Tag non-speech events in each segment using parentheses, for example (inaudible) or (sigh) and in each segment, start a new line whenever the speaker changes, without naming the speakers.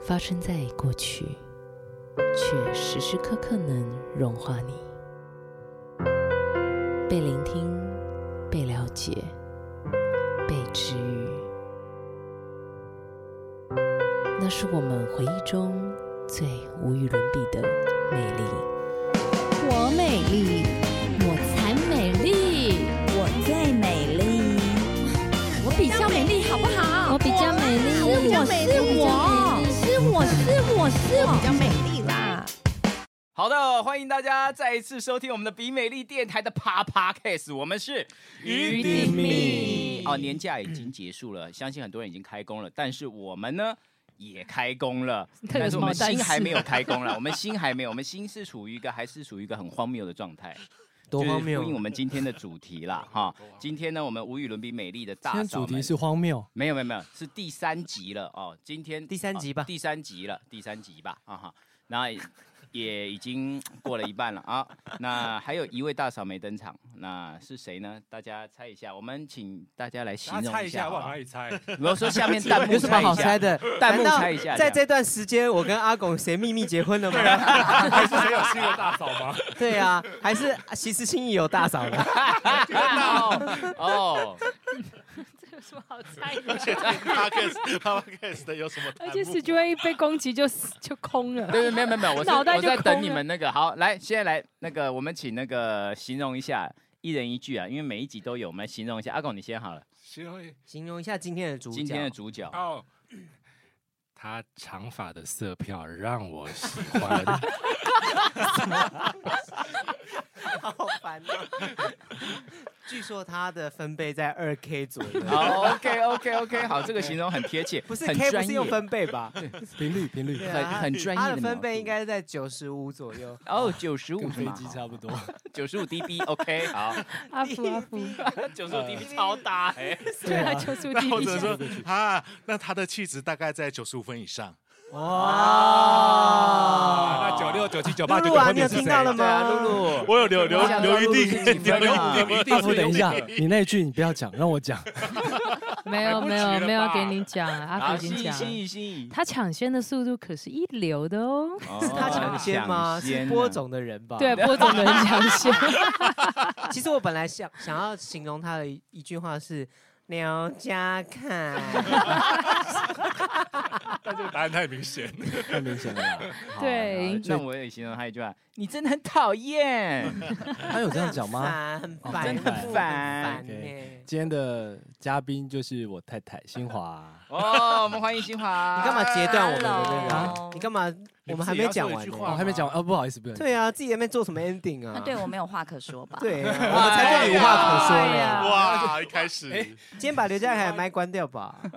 发生在过去，却时时刻刻能融化你，被聆听，被了解，被治愈。那是我们回忆中最无与伦比的美丽。
我美丽，
我才美丽，
我最美丽，
我比较美丽，好不好？
我比较美丽，
我是我，
是我是我是我
比较美丽啦。
好的，欢迎大家再一次收听我们的比美丽电台的啪啪 case，我们是
鱼丁蜜
哦，年假已经结束了，相信很多人已经开工了，但是我们呢？也开工了，
这有
但是
什
我
么
们
但
心还
是
没有开工了，我们心还没有，我们心是处于一个还是处于一个很荒谬的状态，
多荒
就是
谬
呼！应我们今天的主题啦，哈，今天呢，我们无与伦比美丽的
今
大
天
嫂
主题
们
是荒谬，
没有没有没有，是第三集了哦。今天
第三集吧
啊第三集了，第三集吧啊哈。那也也已经过了一半了啊。那还有一位大嫂没登场，那是谁呢？大家猜一下，我们请大家来形
大家猜
容
一
下
下，
好
我
不
往哪
好。
里
(laughs)
猜？
比如说下面弹幕
有什么
猜
好
一
猜
下，
的？
弹幕
难道
猜一下
在
这
这段时间，我跟阿拱谁秘密结婚了吗？
还是谁有新的大嫂
(laughs)
吗？
对啊，还是其实心仪有大嫂的。
哦哦，
这有什么好猜
而
的？
且在 podcast podcast 的有什么
而
弹幕？
且死就万一被攻击就死就空了。
对对，没有没有没有，我是
脑袋
我
就
在
空
等你
了
们那个。好，来，现在来那个，我们请那个形容一下，一人一句啊，因为每一集都有，我们来形容一下。阿贡，你先好了，
形容一
形容一下今天的主角。
今天的主角。
哦，他长发的色票让我喜
(laughs)
欢。
好烦啊！ (laughs) 据说他的分贝在二 K 左 (laughs) 右，
(laughs) 好，OK OK OK，好，这个形容很贴切，
不是
很
K 不
专
是用
业
分贝吧？
频率频
(laughs)
率
对
很
啊，
很专业
他
的
的分
描
贝
述
应该在九十五左右。
哦，九十五
跟
是
飞
吗？
(laughs)
机差不多。
九十五 dB，OK，好，
(laughs) 阿福阿福，
九十五
呃
dB 超大哎，
(laughs) 对啊，求
(laughs)
出第
那我
一
只
下。
能说啊，那他的气质大概在九十五分以上。
啊
啊
哇！
那九六、九七、九
露露啊，你有听到了
对啊，露
吗？
露，
我有留留
想
留
说
余
露露
地
是
给
几
(laughs)
你，
分
留
啊
余地。
大福，等一下，你那一句你不要讲，让我讲。
没有没有没有给你讲，啊阿
(laughs)
好，
福已经讲
心仪
啊
了
心。仪心仪，
他抢先的速度可是一流的哦。
是
他抢先啊吗？
啊
是播，种的人吧？
对，播种的人抢先，
其实我本来想想要形容他的一一句话是“刘家看
但这个答案 (laughs) 太明显。
太明显了
(laughs)
啦，
(laughs)
(laughs)
好
对
哎
好那我也形容他一句话，你真的很讨厌，
他有这样讲
(laughs)
吗？
烦，很
哦
烦，
真的
很
很
烦
烦
呢。
今天的嘉宾就是我太太新华，
哦，我们欢迎新华，
你干嘛截断我们的那个啊
Hello？
你干嘛？ (laughs) 我们还没讲完
你自己要说一句
我
话
呢。
还没讲完哦，不好意思，不好意思。
对啊，自己在那边做什么 ending
那
啊？
对我没有话可说吧？，
对啊，我们才对你无话可说呢。
哇，一开始
今天把刘嘉凯的麦关掉吧，没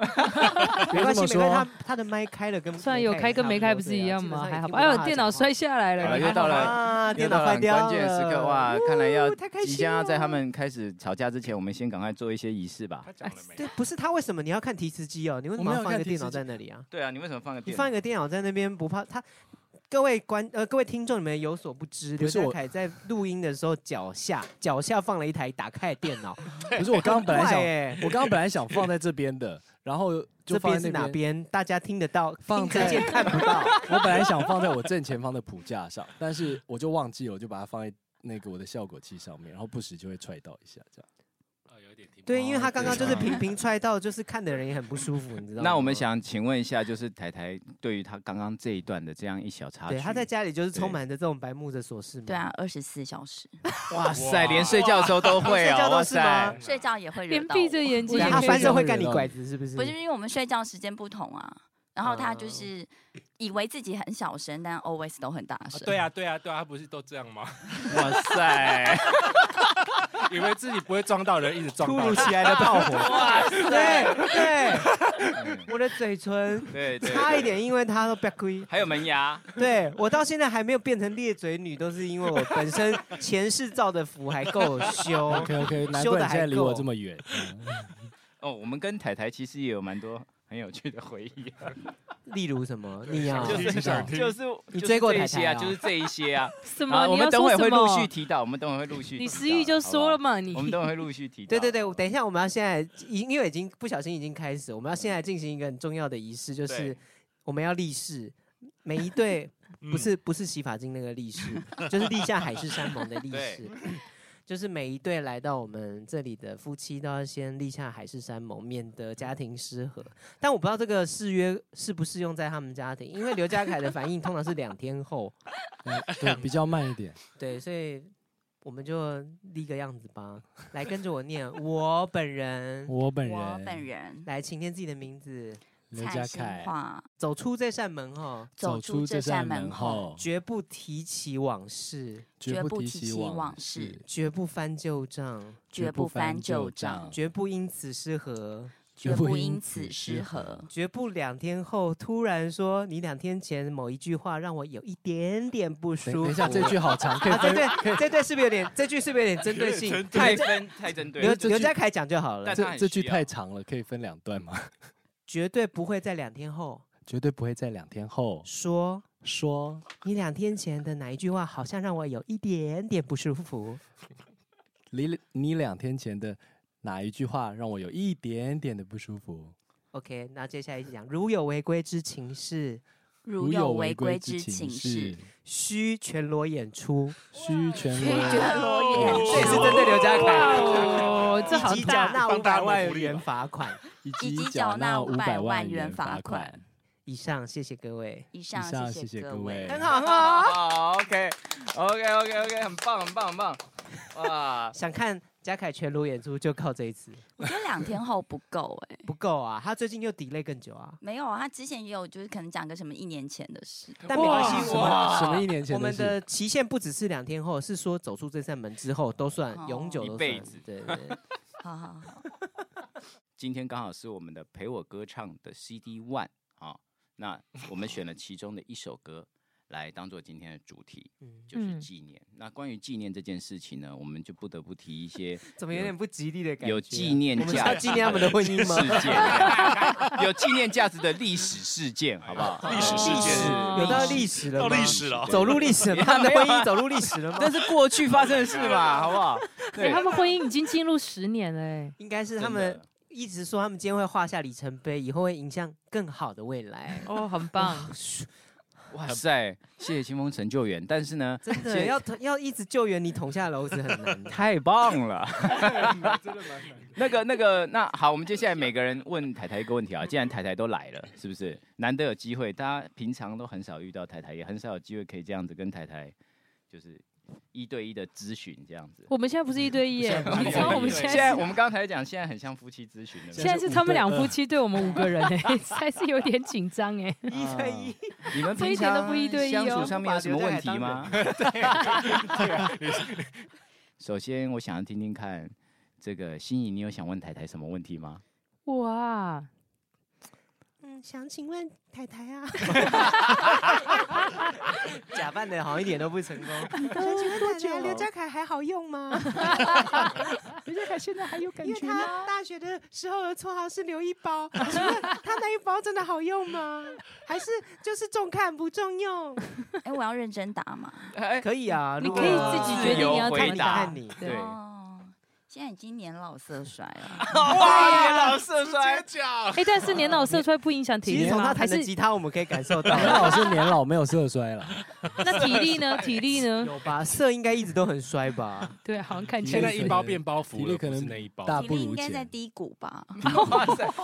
别
关
这
系，
么
没关系，
说
他，他的麦开了跟没
算有开跟没开不是一样吗？还好吧。哎呦，电脑摔下来
好
了，
了又
还好
到了
啊，
又
电
到
脑
了
坏
很
掉了，
关键的时刻哇！看来要
呜太开心
即将要在他
了
们开始吵架之前，我们先赶快做一些仪式吧。
他讲了没？
对，不是他为什么你要看提词机哦？你为什
我
么
没
要
有
放一
看
个
提
电
词
脑
机
在那里啊？
对啊，你为什么放个
你
电
放一个电脑在那边不怕他？各位观呃，各位听众，你们有所不知，
不
刘
是
家
我
凯在录音的时候脚下脚下放了一台打开的电脑，
不是我刚刚本来
快
想，
耶
我刚刚本来想放在这边的，然后就
这
放
边
在
是哪
那边。
边？大家听得到，听
放
得
在
见看不到。
我本来想放在我正前方的谱架上，但是我就忘记了，我就把它放在那个我的效果器上面，然后不时就会踹到一下，这样。
对，因为他刚刚就是频频踹到，就是看的人也很不舒服，你知道吗？
那我们想请问一下，就是台台对于他刚刚这一段的这样一小插曲，
对，他在家里就是
对
充满着这种白目的琐事嘛。
对啊，二十四小时，
哇塞，连睡觉的时候都会
(laughs) 睡觉
哦，
都
哇
是吗
塞，
睡觉也会惹
连
到我。
闭着眼睛
对啊，
也
他
可以
翻身
忍。
会干你拐子，是不是？
不是因为我们睡觉时间不同啊，然后他就
嗯
是以为自己很小声，但 always 都很大声。
对啊，对啊，对啊，他不是都这样吗？ (laughs)
哇塞，
(laughs)
以为自己不会撞到人，一直撞
突 (laughs)
到
如
人。
其来的炮火。对对， (laughs) 我的嘴唇
对对，
差一点，因为他都被亏。
还有门牙，
对我到现在还没有变成裂嘴女，都是因为我本身前世造的福还够修。
(laughs)
OK OK，难
修得
怪你现
还
在离我
够
这么远。嗯
哦，我们跟台台其实也有蛮多很有趣的回忆啊，
例如什么？你啊，
就是
想听
就是
你
就是
追过
这
台
一些
台
啊，
啊
就是这一些啊，
什么？
好，我
你
们
要
等会
说
会
什
陆续
么？
提到，我们等会会陆续，
你食欲就说了，嘛，你
我们等会会陆续提到，
对对对，等一下我们要现在，因因为已经不小心已经开始，我们要现在进行一个很重要的仪式，就是
对
我们要立誓，每一对
嗯
不是不是洗发精那个立誓，就是立下海誓山盟的立誓
对。
就是每一对来到我们这里的夫妻都要先立下海誓山盟，免得家庭失和。但我不知道这个誓约适不适用在他们家庭，因为刘家凯的反应通常是两天后，
嗯对，比较慢一点。
对，所以我们就立个样子吧。来跟着我念，我本人
我本人，
我本人
来，请念自己的名字，
刘
蔡
家
心
凯，
话
走出这扇门后，
走出这扇门后，
绝不提起往事，
绝
绝
不
不
提
提
起
起
往
往
事
事，
绝不翻旧账，
绝不翻旧账， (laughs)
绝不因此失和，
绝不因此失和，
绝不两天后突然说你两天前某一句话让我有一点点不舒
等
服。
等一下，这句好长，可以
啊，这
分
对这对是不是有点，这句是不是有点针对性？
太
太
分太针对
刘
了，
刘家凯讲就好了
但，他
这
很
这句
需要
太长了，可以分两段吗？ (laughs)
绝对不会在两天后
绝对不会在两天后
说
说。
你两天前的哪一句话好像让我有一点点不舒服。
你你两天前的哪一句话让我有一点点的不舒服？
OK，那接下来一起讲，如有违规之情事，
如有违规之情事，，
需全裸演
哦
出。
需全
拒绝
裸。
裸
这也是
眼，
针对刘家凯，
哦，这好
以及缴
大，
纳五百万元罚款。
以
以
及
及
缴
缴
纳
纳
五百
500
万
万元罚
罚
款
款。
以上，谢谢各位。
以
以上
上
谢
谢
谢
谢
各
各
位
位。
很好，很好。
好，OK OK OK OK，很棒很棒很棒，哇！
想看嘉凯全裸演出，就靠这一次，
我觉得两天后不够哎，
不够啊！他最近又 delay 更久啊，
没有啊，他之前也有就是可能讲个什么一年前的事，
但没关
什
系，我们
么什么一年前
我们
事？
的期限不只是两天后，是说走出这扇门之后都算
哦
永久
一
都算，
辈子
对对对，
好好好，
今天刚好是我们的陪我歌唱的 CD One 啊，那我们选了其中的一首歌来当做今天的主题，
嗯
就是
嗯
纪念。那关于纪念这件事情呢，我们就不得不提一些
(laughs) 怎么有点不吉利的感觉啊？
有纪念
我们是
价
要
值
纪念他们的婚姻
事
吗？
件， (laughs) 有纪念价值的历史事件，好不好？
(laughs)
历史事件
有到历史了
到
吗？
历史了，
走入历史了吗？
(laughs)
他们的
啊
婚姻走入历史了吗？
这是过去发生的事嘛，好不
(laughs)
好？
对他们婚姻已经进入十年了哎，
应该是
真
他们
的
一直说他们今天会画下里程碑，以后会影响更好的未
(laughs)
来。
哦，很棒，
哇塞，谢谢清风成救援，但是呢，
真
谢
的
谢
要要一直救援你捅下楼子很难的。 (laughs)
太棒了， (laughs) 那个那个那好，我们接下来每个人问台台一个问题啊。既然台台都来了，是不是难得有机会？大家平常都很少遇到台台，也很少有机会可以这样子跟台台就是一对一的咨询这样子。
我们现在不是一对一耶，
不是一对
你
一
知道我们现
现
在
在
是
我们刚才讲，现在很像夫妻咨询的，
现在是他们两夫妻对我们五个人哎， (laughs) 还是有点紧张哎， (laughs)
一
对一，
啊你们
这一
平
点都
常
不一对一哦
相处上面有什么问题吗？ (laughs) 首先，我想要听听看，这个心仪，你有想问台台什么问题吗？
哇，
嗯，想请问太太啊，假扮的好像一点都不成功。想请问多久？刘家凯还好用吗？
刘家凯现在还有感觉吗？
他大学的时候的绰号是刘一包，请问他那一包真的好用吗？还是就是重看不重用？
哎，我要认真答嘛，
哎，
可以啊，
你
如果
可以自己决定你要
自由
怎
回
么
答
答
看。你。
对，
哦，现在已经年老色衰了。
(laughs)
哇，年老色衰，
哎，但是年老色衰不影响体
其实
力
从
吗？
他
还
弹的
是
吉他，我们可以感受到
年 (laughs) 老是年老，没有色衰了。
那体力呢？体力呢？
有吧？色应该一直都很衰吧？
对，好像看起
现
来
在一包变包服
体
了，
力可
不是
能
那一包。
大
体
不
力
如
应该在
前，
低谷
(laughs)
吧？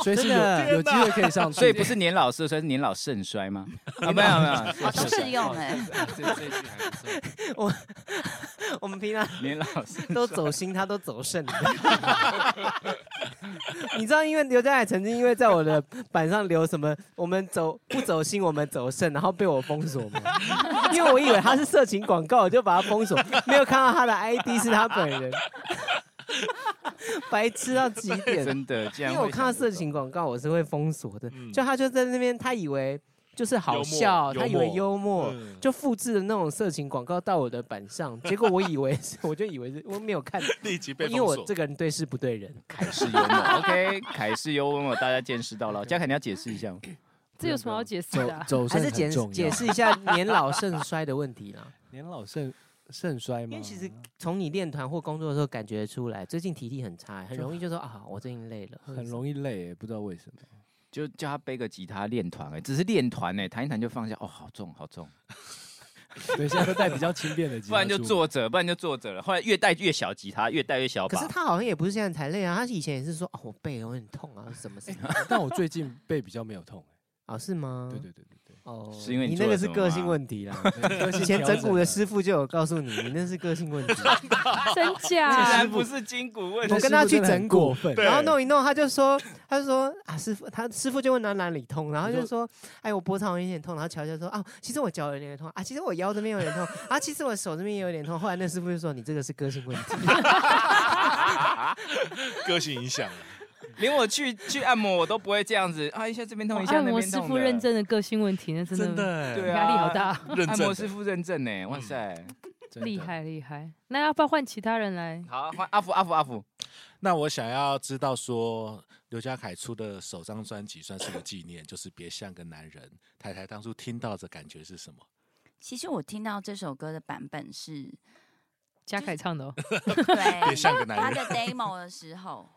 所以是
真的
有有机会可
(laughs)
以上去。
所以不是年老色衰，是年老肾衰吗？啊，没有没有，
哦，都适用哎、
这这一季还不错
我们平常
年老肾
(laughs) 都走心，他都走肾。 (laughs) 你知道，因为刘家海曾经因为在我的板上留什么“我们走不走心，我们走肾”，然后被我封锁吗？ (laughs) 因为我以为他是色情广告，我就把他封锁，没有看到他的 ID 是他本人，白痴到极
(laughs)
点。
真的，
因
竟然
为
会
我看到
想这
色
种
情广告，我是会封锁的。
嗯
就他就在那边，他以为就是好
幽默
笑，他
幽
以为
默
幽默，
嗯
就复制了那种色情广告到我的板上，结果我以为是，我就以为是我没有看，
立即被
因为
封
我
锁
这。个人对事不对人。
凯式幽默，OK，凯式幽默，大家见识到了。嘉凯，你要解释一下吗？
这有什么好解释
走
的啊？
走
还
肾
是解
很重要
解释一下年老肾衰的问题啦，
年老肾肾衰
因
吗
为？其实从你练团或工作的时候感觉得出来，最近体力很差，很容易就说啊，我最近累了， (laughs)
很容易累，不知道为什么。
就叫他背个吉他练团哎，只是练团哎，弹一弹就放下，哦，好重好重，
对，现在都带比较
(laughs)
轻便的吉他
不然就
出门。
坐着，不然就坐着了。后来越带越小吉他，越带越小
可
把
是。他好像也不是现在才累啊，他以前也是说哦，我背我很痛啊，什么什
哎
么
但我最近背比较没有痛，
哦，是吗？
对对对对对。
哦，
是因为
你
你
那
做
个
了
是
什么
个
吗
性问题啦。(laughs)
(laughs)
对
以前整骨的师
傅，
傅就有告诉你，你那是个性问
(laughs)
题。
真
(laughs)
竟
假
然？不是筋骨问题
我跟他去整
过
骨，
分，
然后弄一弄，他就说，他就说啊，师傅，他师傅就问他哪里痛，然后
你
就说，哎，我脖子好像有点痛，然后乔乔说，啊，其实我脚有点痛，啊，其实我腰这边有点痛，啊，其实我手这边也有点痛。后来那师傅就说，你这个是个性问题。
个性影响了。
连我去去按摩我都不会这样子啊，一下这边痛
哦
一下
按
那
摩
边
师
痛。
傅认，真的个性问题，那真的
的
对啊
压力好大，
认
按
证
摩
的嗯
师傅认证呢，哇塞！
真的
厉。害厉害。那要不要换其他人来？
好，换阿福阿福阿福，
那我想要知道说，刘家凯出的首张专辑算是个纪念，就是别像个男人。太太当初听到的感觉是什么？
其实我听到这首歌的版本
(laughs)
是，
嘉凯唱
(laughs)
的哦，
别
对，
像个
他
男
的
人。
demo 的时
(laughs)
候，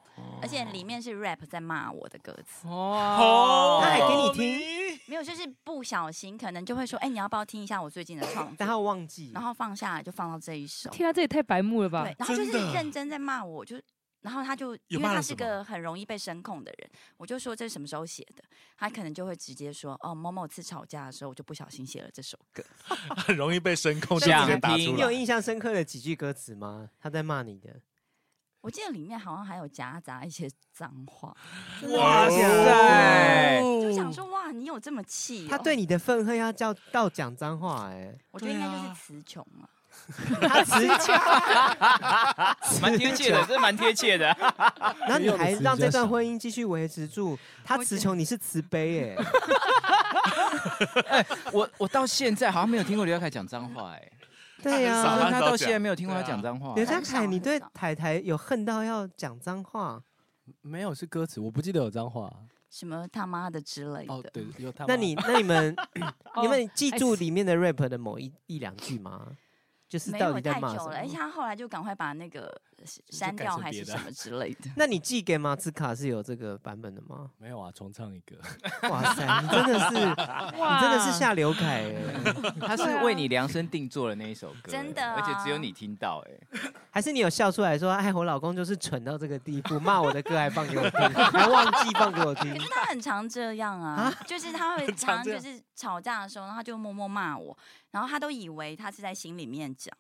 而且里面是 rap 在骂我的歌词，
哦
他还哎给你听，
没有，就是不小心可能就会说，哎，你要不要听一下我最近的创
但他
作？
忘记
然。后放下来就放到这一首，
天啊，这也太白目了吧
对！，然后就
真
是
的
认真在骂我，就然后他就
有
因为
骂了
他是
什
个
么
很容易被声控的人，我就说这是什么时候写的，他可能就会直接说哦某某次吵架的时候我就不小心写了这首歌，
很容易被声控，就
想
直接打
听
出
你有
来。
印象深刻的几句歌词吗？他在骂你的。
我记得里面好像还有夹杂一些脏话，
哇
哦
塞！
就想说哇你有这么气、哦，
他对你的愤恨要叫到讲脏话哎、
我觉得应该就
对
是
啊
词穷啊，
他直接，
蛮贴切的，这蛮贴切的。
然后你还让这段婚姻继续维持住，他词穷，你是慈悲哎、
(laughs)
我我到现在好像没有听过刘家凯讲脏话哎，
对啊呀、
少
他
他
到
到
现在
讲
没有听过他
对啊
讲脏话
嗯刘
欸。
家凯，你对
很少
台台有恨到要讲脏话？
没有是歌词，我不记得有脏话。
什么他妈的之类的，
哦，对，有他妈。
那你那你们
(laughs)
你
哦
们记
哎
住里面的 rap 的某一一两句吗？就是
没
到
有
底
太
在骂
久了，而哎
什
且
么？
他后来就赶快把那个呃删
改
掉
成
还
别
是
的
什么之类的，
那你寄给马兹卡是有这个版本的吗？
没有啊，重唱一个。
哇塞，你真的
(laughs)
是，你
哦哇
真的是下刘凯哎！
他是为你量身定做的那一首歌，哎
真的
而且只有
啊
你听到哎。
还是你有笑出来说，哎，我老公就是蠢到这个地步，骂我的歌还放给我听，还忘记放给我听 (laughs)
可。是他很常这样啊，就是他会常
常这
就
样
是吵架的时候，然后他就默默骂我，然后他都以为他是在心里面讲，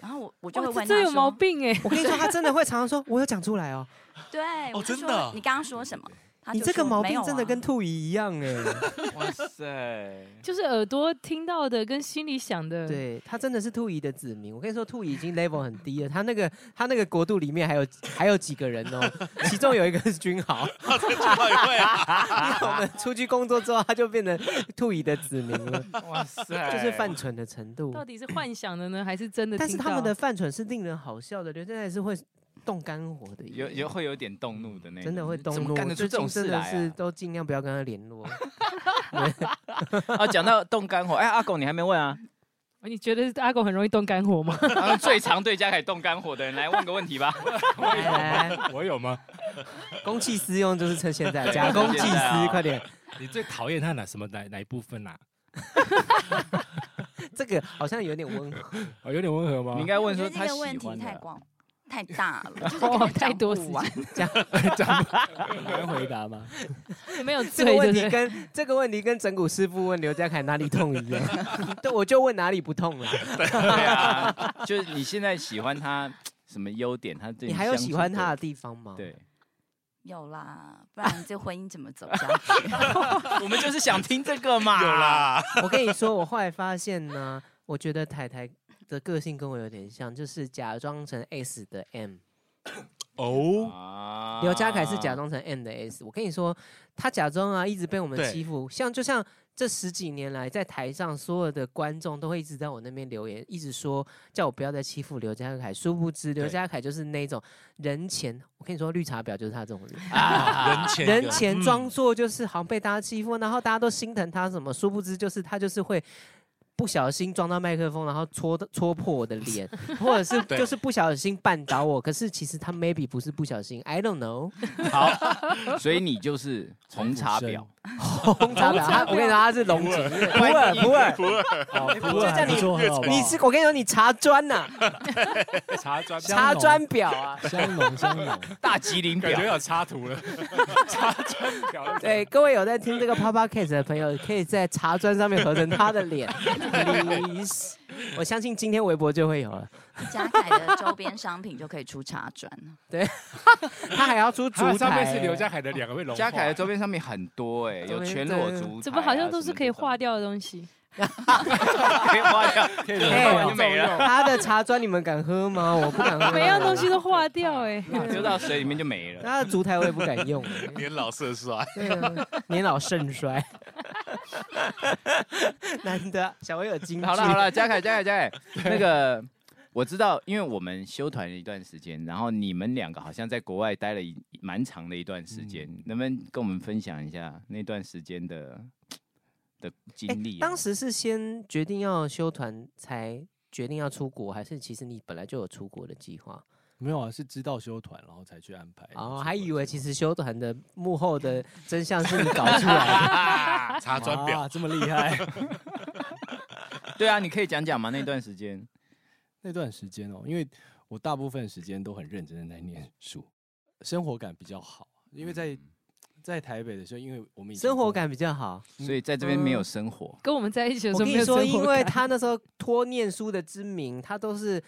然后我我就会
哇，
问
哦这真
他
有毛
说，
病哎！
我跟你说，他真的会常常说，我有讲出来哦，
对，
哦
我就
真
说
的
你刚刚说什么？他
你
就
这个
说
毛
没
病
有
真的
啊
跟兔姨一样哎。
哇
(laughs)
塞！
就是耳朵听到的跟心里想
嗯
的，，
对他真的是兔姨的子民。我跟你说，兔姨已经 level 很低了，他那个他那个国度里面还有还有几个人哦，其中有一个是君
(laughs)
豪。
啊
(laughs) 因为我们出去工作之后，他就变成兔姨的子民
(laughs)
了，
哇塞！
就是犯蠢的程度。
到底是幻想的呢，还是真的听到？
但是他们的犯蠢是令人好笑的，刘真的是会动肝火的，
有有会有点动怒的那种，
真的会动
怎
怒。
么干得
我
出
最
这
近
种
真
事
的
来
是都尽量不要跟他联
(laughs)
络。
啊？啊，讲到动肝火，哎，阿狗你还没问 (laughs) 啊？
哎你觉得阿狗很容易动肝火吗？ (laughs)
啊最常对家凯动肝火的人来问个问题吧。
来来，
我有吗？
哎公器私用就是趁现在，
啊对
假公济
趁现在
私，
啊
快点！
你最讨厌他哪什么哪哪一部分啊？
这个好像有点温和。
哦，有点温和吗？
(laughs) 你应
该
该
我
问
觉
说
得
他
这个
喜
问题
欢的 (laughs)
太
啊。
广太大
(laughs)
了，就是
哦
根本
太
讲
多
不
事
完，
能回
(laughs)
答吗？
没有
这
醉，
个问
对
题
不对
跟这个问题跟整蛊师傅问刘家凯哪里痛一
(laughs)
样，对，我就问哪里不痛了。
对啊，就是你现在喜欢他什么优点？他对
你还有
相处
喜欢他的哦
的？
地方吗？，
对，
有啦，不然这婚姻怎么走下去？ (laughs)
我们就是想听这个嘛。
(laughs)
有，啦，
我跟你说，我后来发现呢，我觉得台台的个性跟我有点像，就是假装成 S 的 M。
哦，
啊
刘家凯是假。装成 M 的 S。我跟你说，他假装啊，一直被我们
对
欺负，像就像这十几年来，在台上所有的观众都会一直在我那边留言，一直说叫我不要再欺负刘家凯。殊不知，刘家凯就是那种人前，我跟你说，绿茶婊就是他这种
(laughs)
人。
人前
人前
嗯
装作就是好像被大家欺负，然后大家都心疼他什么，殊不知就是他就是会不小心撞到麦克风，然后戳戳破我的脸，或者是
(laughs) 对
就是不小心绊倒我。可是其实他 maybe 不是不小心，I don't know。
所以你就是红茶
哦
婊，
红茶婊，他我跟你说他是龙井，普洱普洱普洱，
啊
普
我
洱叫
还不
你。
错很好不好
你是我跟你说，你茶砖呐，
插砖
茶砖婊啊，
香浓香浓，
大吉林
感觉
婊，
有插图了，插砖条 (laughs)
对，各位有在听这个 Papa Case 的朋友，可以在茶砖上面合成他的脸，please。我相信今天微博就会有了，
嘉凯的周边商品就可以出茶砖了。
他还要出
它
烛
上
台
面
欸、
是刘家凯的两个位龙，
嘉凯的周边上面很多哎，有全裸足，
怎么
哎
好像都是可以化
掉，
掉的东西？
可
哎
以化掉，
可以
化掉就没了，
他的茶砖你们敢喝吗？我不敢喝，啊
每样东西都化掉哎、
啊
(laughs)
丢到水里面就没了。
他的烛台我也不敢用，
年老色衰，
对啊年老肾衰， (laughs) 难得小薇有金句
好了好，了，嘉凯嘉凯嘉凯，那个我知道，因为我们休团了一段时间，然后你们两个好像在国外待了一蛮长的一段时间，能不能跟我们分享一下那段时间的的
哎
经历啊、
当时是先决定要休团才决定要出国，还是其实你本来就有出国的计划？
没有啊，是知道修团，然后才去安排。
哎
哦，还以为其实修团的幕后
(laughs)
的真相是你搞出来的。
插
啊
砖婊，
这么厉害。
对啊，你可以讲讲吗？那段时间
(laughs) 那段时间哦，因为我大部分时间都很认真的在念书，生活感比较好。因为在在台北的时候，因为
(laughs)
我们以前
生活
都
感比较好。
所以在这边没有生活，
跟我们在一起的
我
时候
跟
没
你
有生活
说，
(laughs)
因为
感
他那时候托念书的之名，他都是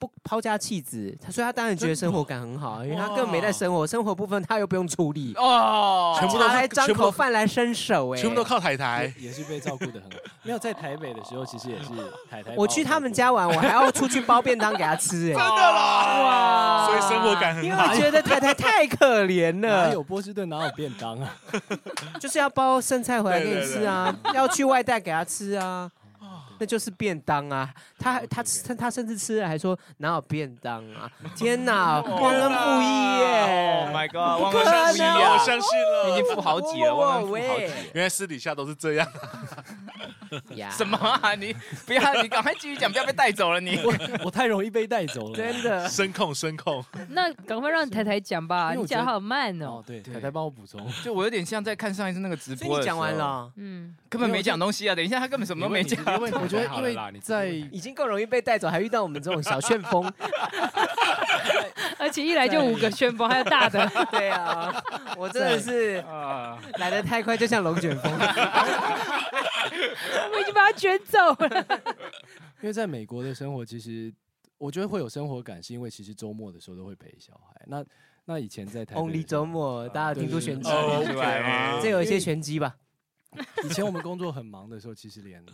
不抛家弃子，他所以他当然觉得生
哦
活感很好，因为他根本没在生活，生活部分他又不用处理，
哦
全部都
茶来
是
张
全部
口，
都
饭来伸手，哎，
全部都靠台台
也，也是被照顾的很好。没有在台北的时候，其实也是台台。
我去他们家，玩，我还要出去包便当给他
(laughs)
吃，哎，
啦，所以生活感很
因为
好
我。觉得太太太可怜
哪
了，
有波士顿哪有便当啊？ (laughs)
就是要包剩菜回来给你吃啊，要去外带给他吃啊，
哦
那就是便当啊。他他吃他他甚至吃了还说哪有便当啊？天哪，忘恩负义
，Oh
耶！
哦 my god，忘
不
恩
可
负义
能
我
啊！
相信
你已
了，
经付好几了，
哇哇
忘恩负好
喂
几了。
原来私底下都是这样。
呀
什么？啊？你不要，你赶快继续讲，不要被带走了你。
我我太容易被带走了，
真。的？
声控声控，
那赶快让台台讲吧，
因为
你
我觉得
讲好慢哦、
哦，对，台台帮我补充。
就我有点像在看上一次那个直
所以
播，
你讲完，了，
嗯，
根本没讲东西啊！等一下，他根本什么都没讲。
我觉得因为 (laughs) (laughs) 在
已经够容易被带走，还遇到我们这种小旋
(laughs)
风。
而且一来就五个旋风，还有大 (laughs) 的，
对啊，我真的是
啊，
来得太快，就像龙卷风。
(laughs)
我已经把他卷走 (laughs) 了。
因为在美国的生活，其实我觉得会有生活感，是因为其实周末的时候都会陪小孩。那那以前在台北的
Only
时候
周末，大家有听出玄机
对对
哦
对
啊
出来吗？
这有一些玄机吧？
以前我们工作很忙的时候，其实连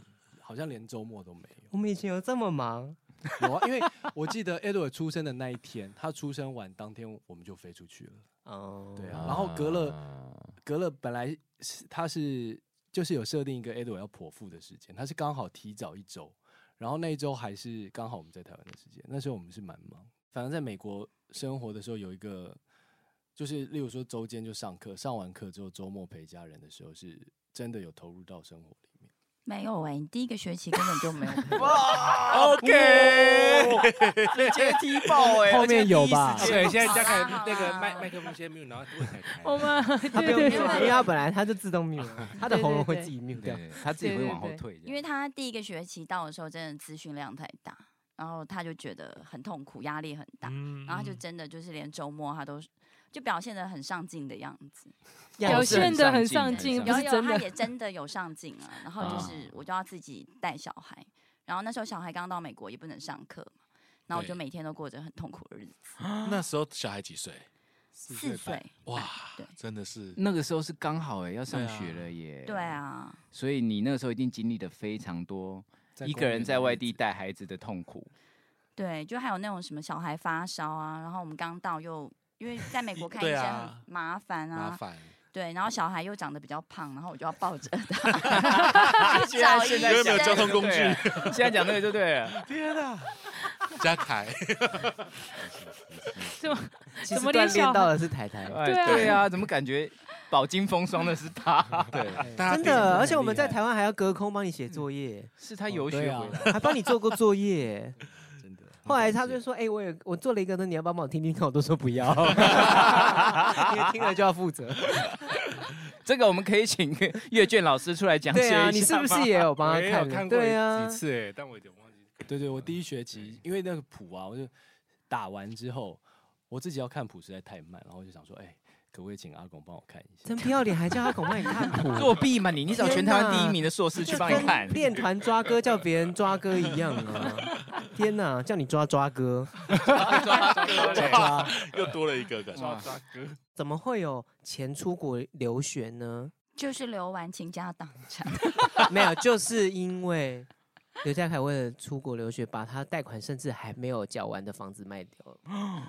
好像连周末都没
我们以前有这么忙？
有。有啊，因为我记得 Edward 出生的那一天，他出生完当天我们就飞出去了。
哦，
对啊，然后隔了隔了，本来是他是就是有设定一个 Edward 要剖腹的时间，他是刚好提早一周，然后那一周还是刚好我们在台湾的时间，那时候我们是蛮忙。反正在美国生活的时候，有一个就是例如说周间就上课，上完课之后周末陪家人的时候，是真的有投入到生活里面。
没有哎、你第一个学期根本就没有陪我。
OK，直接踢 (laughs) 爆哎！
后面有吧
而且第一时间
对，现在嘉凯
好啦好啦
那个麦麦克风先没有，然后问台台，
我们
他不
对
用
对
mute，因为他本来他就自动 mute，他的喉咙会自己 mute 掉。
对，他自己会往后退。
(laughs) 因为他第一个学期到的时候，真的资讯量太大，然后他就觉得很痛苦，压力很大，
嗯
然后他就真的就是连周末他都就表现的很上进的样子。
表现的很上
对
进，不
有
是
有，
真
他
的。
也真的有上进啊。然后就
啊
是我就要自己带小孩，然后那时候小孩刚到美国也不能上课嘛，然后我就
对
每天都过着很痛苦的日子。
那时候小孩几岁？
四岁，
哇
对，
真的是
那个时候是刚好哎，要上学了耶。
对，啊，
所以你那个时候一定经历了非常多
在
一
公
个
园
人
的
在外
日
地
子
带孩子的痛苦。
对，就还有那种什么小孩发烧啊，然后我们刚到又。因为在美国看医
对
生
啊
很麻烦啊，
麻烦。
对，然后小孩又长得比较胖，然后我就要抱着他去
现在
找医
现
生
在。
有没有交通工具
啊现在讲那个就对
(laughs)
了。
嘉凯，
其实
怎么
锻
连小
炼
孩
到的是台台，
哎 (laughs)
对啊
对啊，怎么感觉饱经风霜的是他， (laughs)
对，大家
真
比人
的，
都
而且
很
我们
厉
在
害
台湾还要隔空帮你写作业，
是他
哦
游学
对啊
回来。
还帮你做过作业。
真的。
后来他就说：“哎、我有我做了一个，那你要帮我听听看？”我都说不要，因为听了就要负责。
这个我们可以请阅卷老师出来讲解一
对
下吗。
啊，你是不是也有帮
我
他
也有看
看
过
对啊
几，次哎，但我有点忘记。
对对，我第一
嗯
学期因为那个谱啊，我就打完之后，我自己要看谱实在太慢，然后我就想说，哎、可不可以请阿公帮我看一下？
真不要脸，还叫他恐怕你看谱，
(laughs) 作弊嘛你？你找全台湾第一名的硕士去
就
帮你
跟
(laughs) 看，
练团抓歌叫别人抓歌一样啊！天哪，叫你抓抓歌，
又多了一个感觉。
哇
大哥，
怎么会有钱出国留学呢？
就是留完倾家荡产，
没有，就是因
(laughs)
为刘家凯为了出国留学，把他贷款甚至还没有缴完的房子卖掉了。 (laughs)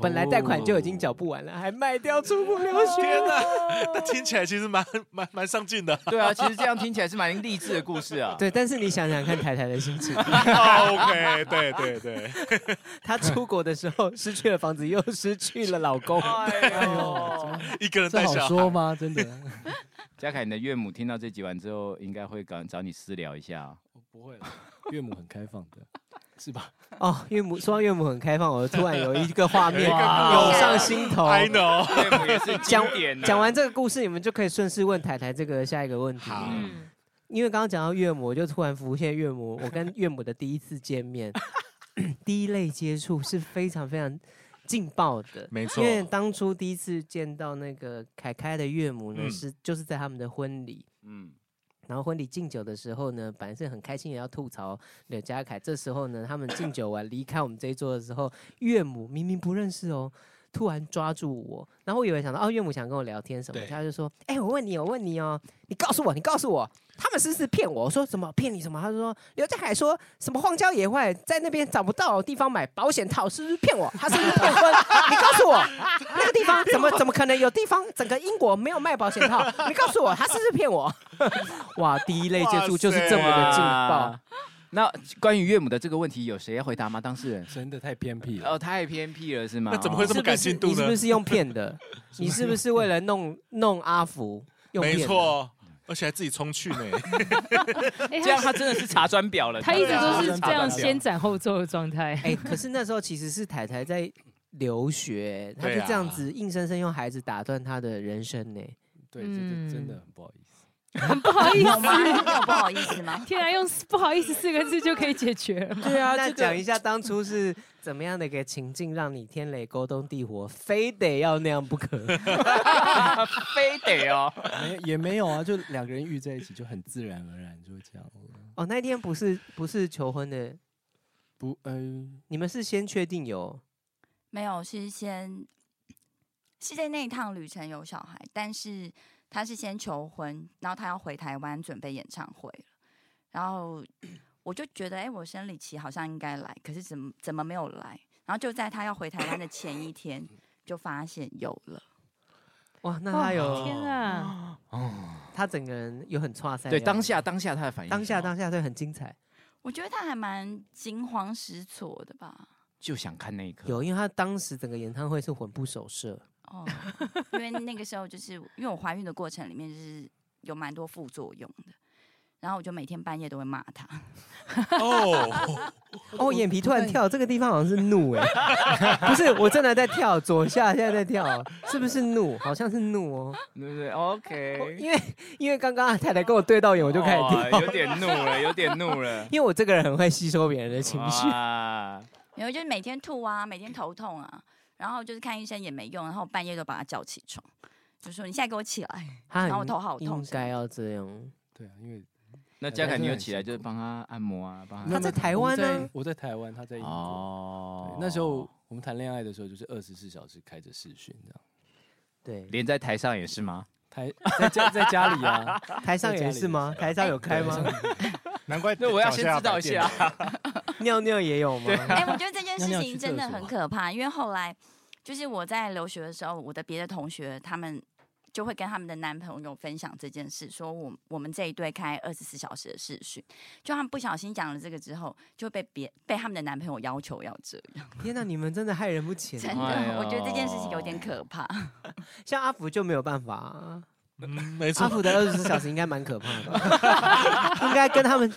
本来贷款就已经缴不完了，还卖掉出国留学
天哪， (laughs) 那听起来其实蛮蛮蛮上进的。
对啊，其实这样听起来是蛮励志的故事
哦
(laughs)
啊。
对，但是你想想看，台台的心情， (laughs)
OK，对对对，
她出国的时候失去了房子，又失去了老
(laughs)
公。
哎呦，
一个人
这
带
好
小孩，
说吗？真的
嘉凯，你的岳母听到这集完之后，应该会赶找你私聊一下啊。
不会了，岳母很开放的，是吧？
哦，岳母说到岳母很开放，我突然有一个画面
哇哎
涌上心头。
I know。
(laughs) 岳母也是经典啊
讲完这个故事，你们就可以顺势问台台这个下一个问题。
好
嗯，
因为刚刚讲到岳母，我就突然浮现岳母，我跟岳母的第一次见面，第一类接触是非常非常劲爆的。
没错
因，为当初第一次见到那个凯凯的岳母呢，
嗯
是就是在他们的婚礼，
嗯，
然后婚礼敬酒的时候呢，本来是很开心的要吐槽柳家凯，这时候呢，他们敬酒完离开我们这一桌的时候，岳母明明不认识哦。突然抓住我，然后我以为想到哦，岳母想跟我聊天什么，
对
他就说：“哎、我问你，我问你哦，你告诉我，你告诉我，他们是不是骗我？”我说：“什么骗你什么？”他就说：“刘家凯说什么荒郊野外，在那边找不到地方买保险套，是不是骗我？他是不是骗婚？ (laughs) 你告诉我，那个地方怎么怎么可能有地方？整个英国没有卖保险套，你告诉我，他是不是骗我？” (laughs) 哇，第一类接触就是这么的劲爆
哇。啊那关于岳母的这个问题，有谁要回答吗？当事人？
真的太偏僻了。
哦，太偏僻了是吗？
那怎么会
哦
这么感性度
你是
呢
不？是用骗
(laughs)
的？你是不是为了弄弄阿福用骗？
没，错，而且还自己冲去呢。
哎，
这样？
他
他真的是茶砖
(laughs)
表了。
他一直都是这样
对啊
先斩后奏的状态。
哎、可是那时候其实是台台在留学，他
对
就
啊
这样子硬生生用孩子打断他的人生呢、
对，真的真的
嗯
很不好意思。
不好意
有吗？
思，
有不好意思吗？
(laughs) (laughs) 天啊，用不好意思四个字就可以解决 (laughs) 了。
对啊，那讲一下当初是怎么样的一个情境，让你天雷勾动地火，非得要那样不可？
(laughs)
啊 (laughs) 非得哦。
没也没有啊，就两个人遇在一起就很自然而然就会这样了。
哦，那一天不是不是求婚的，
不，嗯、
你们是先确定有
没有，是先是在那一趟旅程有小孩，但是他是先求婚，然后他要回台湾准备演唱会了，然后我就觉得，哎、我生理期好像应该来，可是怎么怎么没有来？然后就在他要回台湾的前一天，就发现有了。
哇？那他
哦
有、
天啊，
他整个人有很差赛的
对，
样子，
当下当下他的反应是什么，
当下当下对很精彩。
我觉得他还蛮惊慌失措的吧。
就想看那一刻。
有，因为他当时整个演唱会是魂不守舍，
哦，因为那个时候就是因为我怀孕的过程里面就是有蛮多副作用的，然后我就每天半夜都会骂他。
哦，
哦，眼皮突然跳，这个地方好像是怒哎、 (laughs) 不是，我真的在跳，左下现在在跳，是不是怒？好像是怒哦，
对不对？OK，
因为因为刚刚太太跟我对到眼，我
我
就开始跳，，
哦有点怒了，有点怒了
因为我这个人很会吸收别人的 (laughs) 情绪。
哇
然后就是每天吐啊，每天头痛啊，然后就是看医生也没用，然后半夜都把他叫起床，就说你现在给我起来。
他很
然后我头好痛
应该要这样。
对啊，因为
那嘉凯，你有起来就是帮他按摩啊，帮
他
他
在台湾呢
我在我在台湾，他在英国。
哦
对那时候我们谈恋爱的时候，就是二十四小时开着视讯这样。
对，
连在台上也是
(laughs)
吗？
台在家在家里啊，
台上也是吗？台上有开吗？
难怪
那我要先知道一
脚
下
摆，
尿尿也有吗？
哎、我觉得这件
尿
事
尿去
情
厕
真的
所啊
很可怕，因为后来就是我在留学的时候，我的别的同学他们就会跟他们的男朋友分享这件事，说我我们这一对开二十四小时的视讯，就他们不小心讲了这个之后，就被别被他们的男朋友要求要这样，
天哪，你们真的害人不浅
真
啊。
哎
的，
呦
我觉得这件事情有点可怕。
像阿福就没有办法、啊，
嗯，没
阿
啊
错，
福的二十四小时应该蛮可怕的， (laughs) 应该跟他们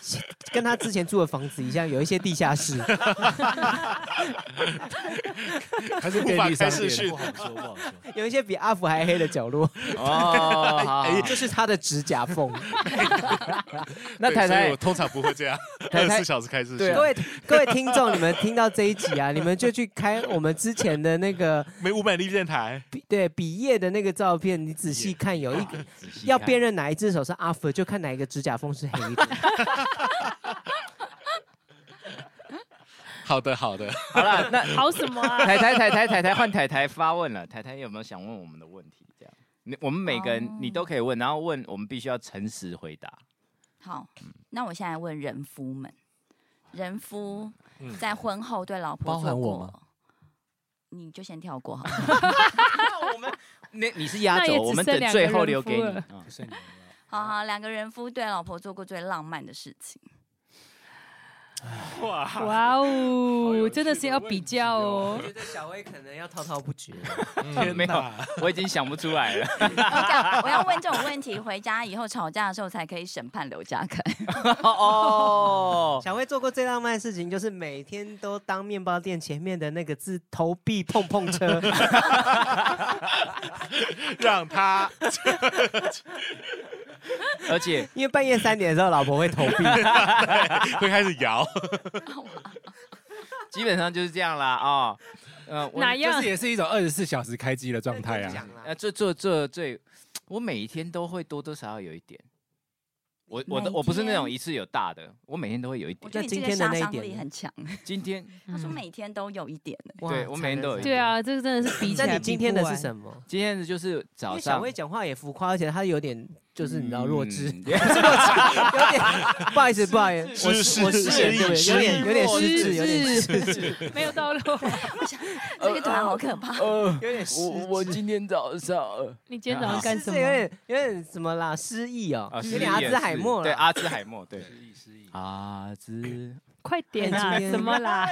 跟他之前住的房子一样，有一些地下室。
还是
无
便
法
利商
开视
店
讯
不好说，不好说。
(laughs) 有一些比阿福还黑的角
啊
落，
哦，好
就是他的指甲缝。
(laughs) 那
对
太
所以
太
我通常不会这样，
太
二
太
十四小时开视讯
对啊
各，位各位听众，你们听到这一集啊，你们就去开我们之前的那个
没五百力电台，
比对比耶的那个照片，你仔细看，有一个
仔细
要
看
辨认哪一只手是阿福的，就看哪一个指甲缝是黑
(laughs)
的。
好的好的，
好了，那
(laughs) 好什么啊？
台台台台台台换台台发问了，台台有没有想问我们的问题？这样，你我们每个人你都可以问，然后问我们必须要诚实回答。
好，那我现在问人夫们，人夫
嗯
在婚后对老婆
包
做
含我
过
吗，
你就先跳过好了。
(laughs) 那你是压
那
轴，
也只
我们
剩
等
两
最
个
后
人
留
夫
给你
了。
嗯
剩你们了。
好好，两个人夫对老婆做过最浪漫的事情，
(laughs) 哇哦，
有
真的
趣
是
的
要
问
比
题
较
哦
哦
我。觉得小薇可能要滔滔不绝。
嗯
(laughs) 没有，我已经想不出来了。
我讲我要问这种问题，回家以后吵架的时候才可以审判刘家凯。
哦，
(laughs) 小薇做过最浪漫的事情，就是每天都当面包店前面的那个自投币碰碰车，
让 (laughs) 他
而且
因为半夜三点的时候，老婆会投
(laughs)
币。啊
会开始摇，
基本上就是这样啦哦。呃，我
哪
就
样
是？也是一种二十四小时开机的状态啊。
讲啦
呃，最最最最，我每一天都会多多少少有一点。我我的
每
我不是那种
天
一次有大的，我每天都会有一
我
那
点。
觉得你这
今
个
天的
杀
那一
伤
点
力
呢
很强。
今天
他说
嗯
每天都有一点呢，
哇
对我每天都有一
对啊，这个真的是比起
那
来。
你今天的是什么？
今天的就是
因
早
为小
上
薇讲话也浮夸，而且她有点就是你知道弱智， (laughs)
嗯
有点不好意思，不好意思，我
失
失我
失
失言
失
对不对？有点有点
失
失智，有点
失智， (laughs) 没有道路。
这个突然好可怕。
呃，
有点失
我我
智
今天早上呃
(laughs)
你今天早上干什
失智
么？
有点有点什么啦？失忆哦，
啊，
有点阿
失忆也
兹海
是
默
对啊
啦。
阿兹海默，对阿兹
快点
哎
啊！
今天
怎么啦？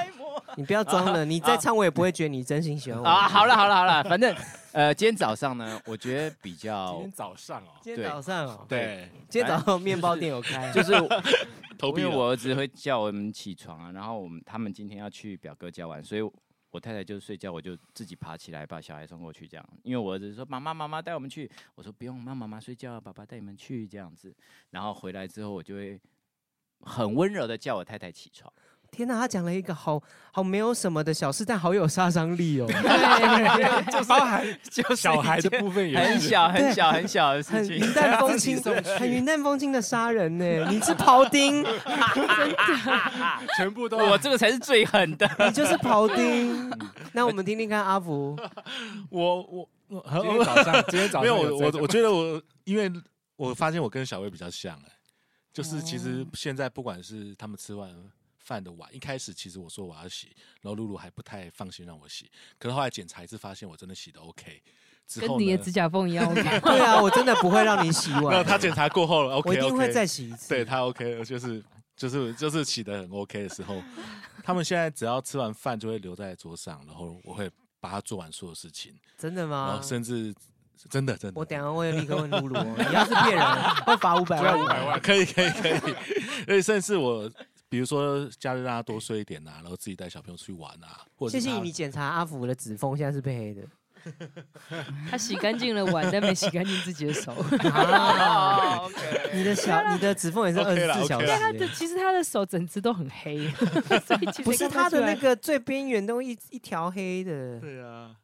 你不要装了，你再唱我也不会觉得你真心喜欢我。
啊啊，好了好了好了，反正呃今天早上呢，我觉得比
今
较
天早上哦，
今天早上哦，
对，
(laughs) 今天早上面包店有开，
就是 (laughs)
投币
因为
了
我儿子会叫我们起床啊，然后我们他们今天要去表哥家玩，所以我太太就睡觉，我就自己爬起来把小孩送过去这样。因为我儿子说妈妈妈妈带我们去，我说不用，妈妈妈睡觉，啊爸爸带你们去这样子。然后回来之后，我就会很温柔的叫我太太起 (laughs) 床。
天哪，他讲了一个好好没有什么的小事，但好有杀伤力哦，
包含小孩的部分也
很
是。
小很小很小的
很
事情
云，淡风
(laughs)
轻，很云淡风轻的杀人呢。你是庖
(laughs)
丁，
全部都
我这个才是最狠的。
你就是庖丁。那我们听听看阿福，
我我我
今天早上，今天早上
没有我我
在
我觉得我因为我发现我跟小薇比较像哎、就是其实现在不管是他们吃完饭的碗，一开始其实我说我要洗，然后露露还不太放心让我洗，可是后来检查一次发现我真的洗的 OK，之
跟
后
你的
呢，
指甲缝一样。
对啊，我真的不会让你洗
(laughs) 没有
碗，
他检查过后了 OK，
我一定会
OK
再洗一次。
对他 OK，就是就是就是起的很 OK 的时候，他们现在只要吃完饭就会留在桌上，然后我会把他做完所有事情，
真的
然
吗
后？甚至真的真
啊
的，
我等一下会立刻问露露哦，你要是骗
(laughs)
人，会罚五百万。
万，可以可以可以， (laughs) 而且甚至我。比如说，假日让他多睡一点啊，然后自己带小朋友出去玩啊，或者
谢
是
谢
他
你检查阿福的指缝现在是被黑的，
他洗干净了碗，但没洗干净自己的
(laughs)
手。
啊
哦，OK
你的
(laughs)
小你的指缝也是二
OK
十
啦
四小时
OK 啦
他
欸
的。 (laughs) 其实他的手整只都很
(laughs)
黑，所以其实
不是
看
他
出
的那
来
个最边缘都一一条黑的，
对啊，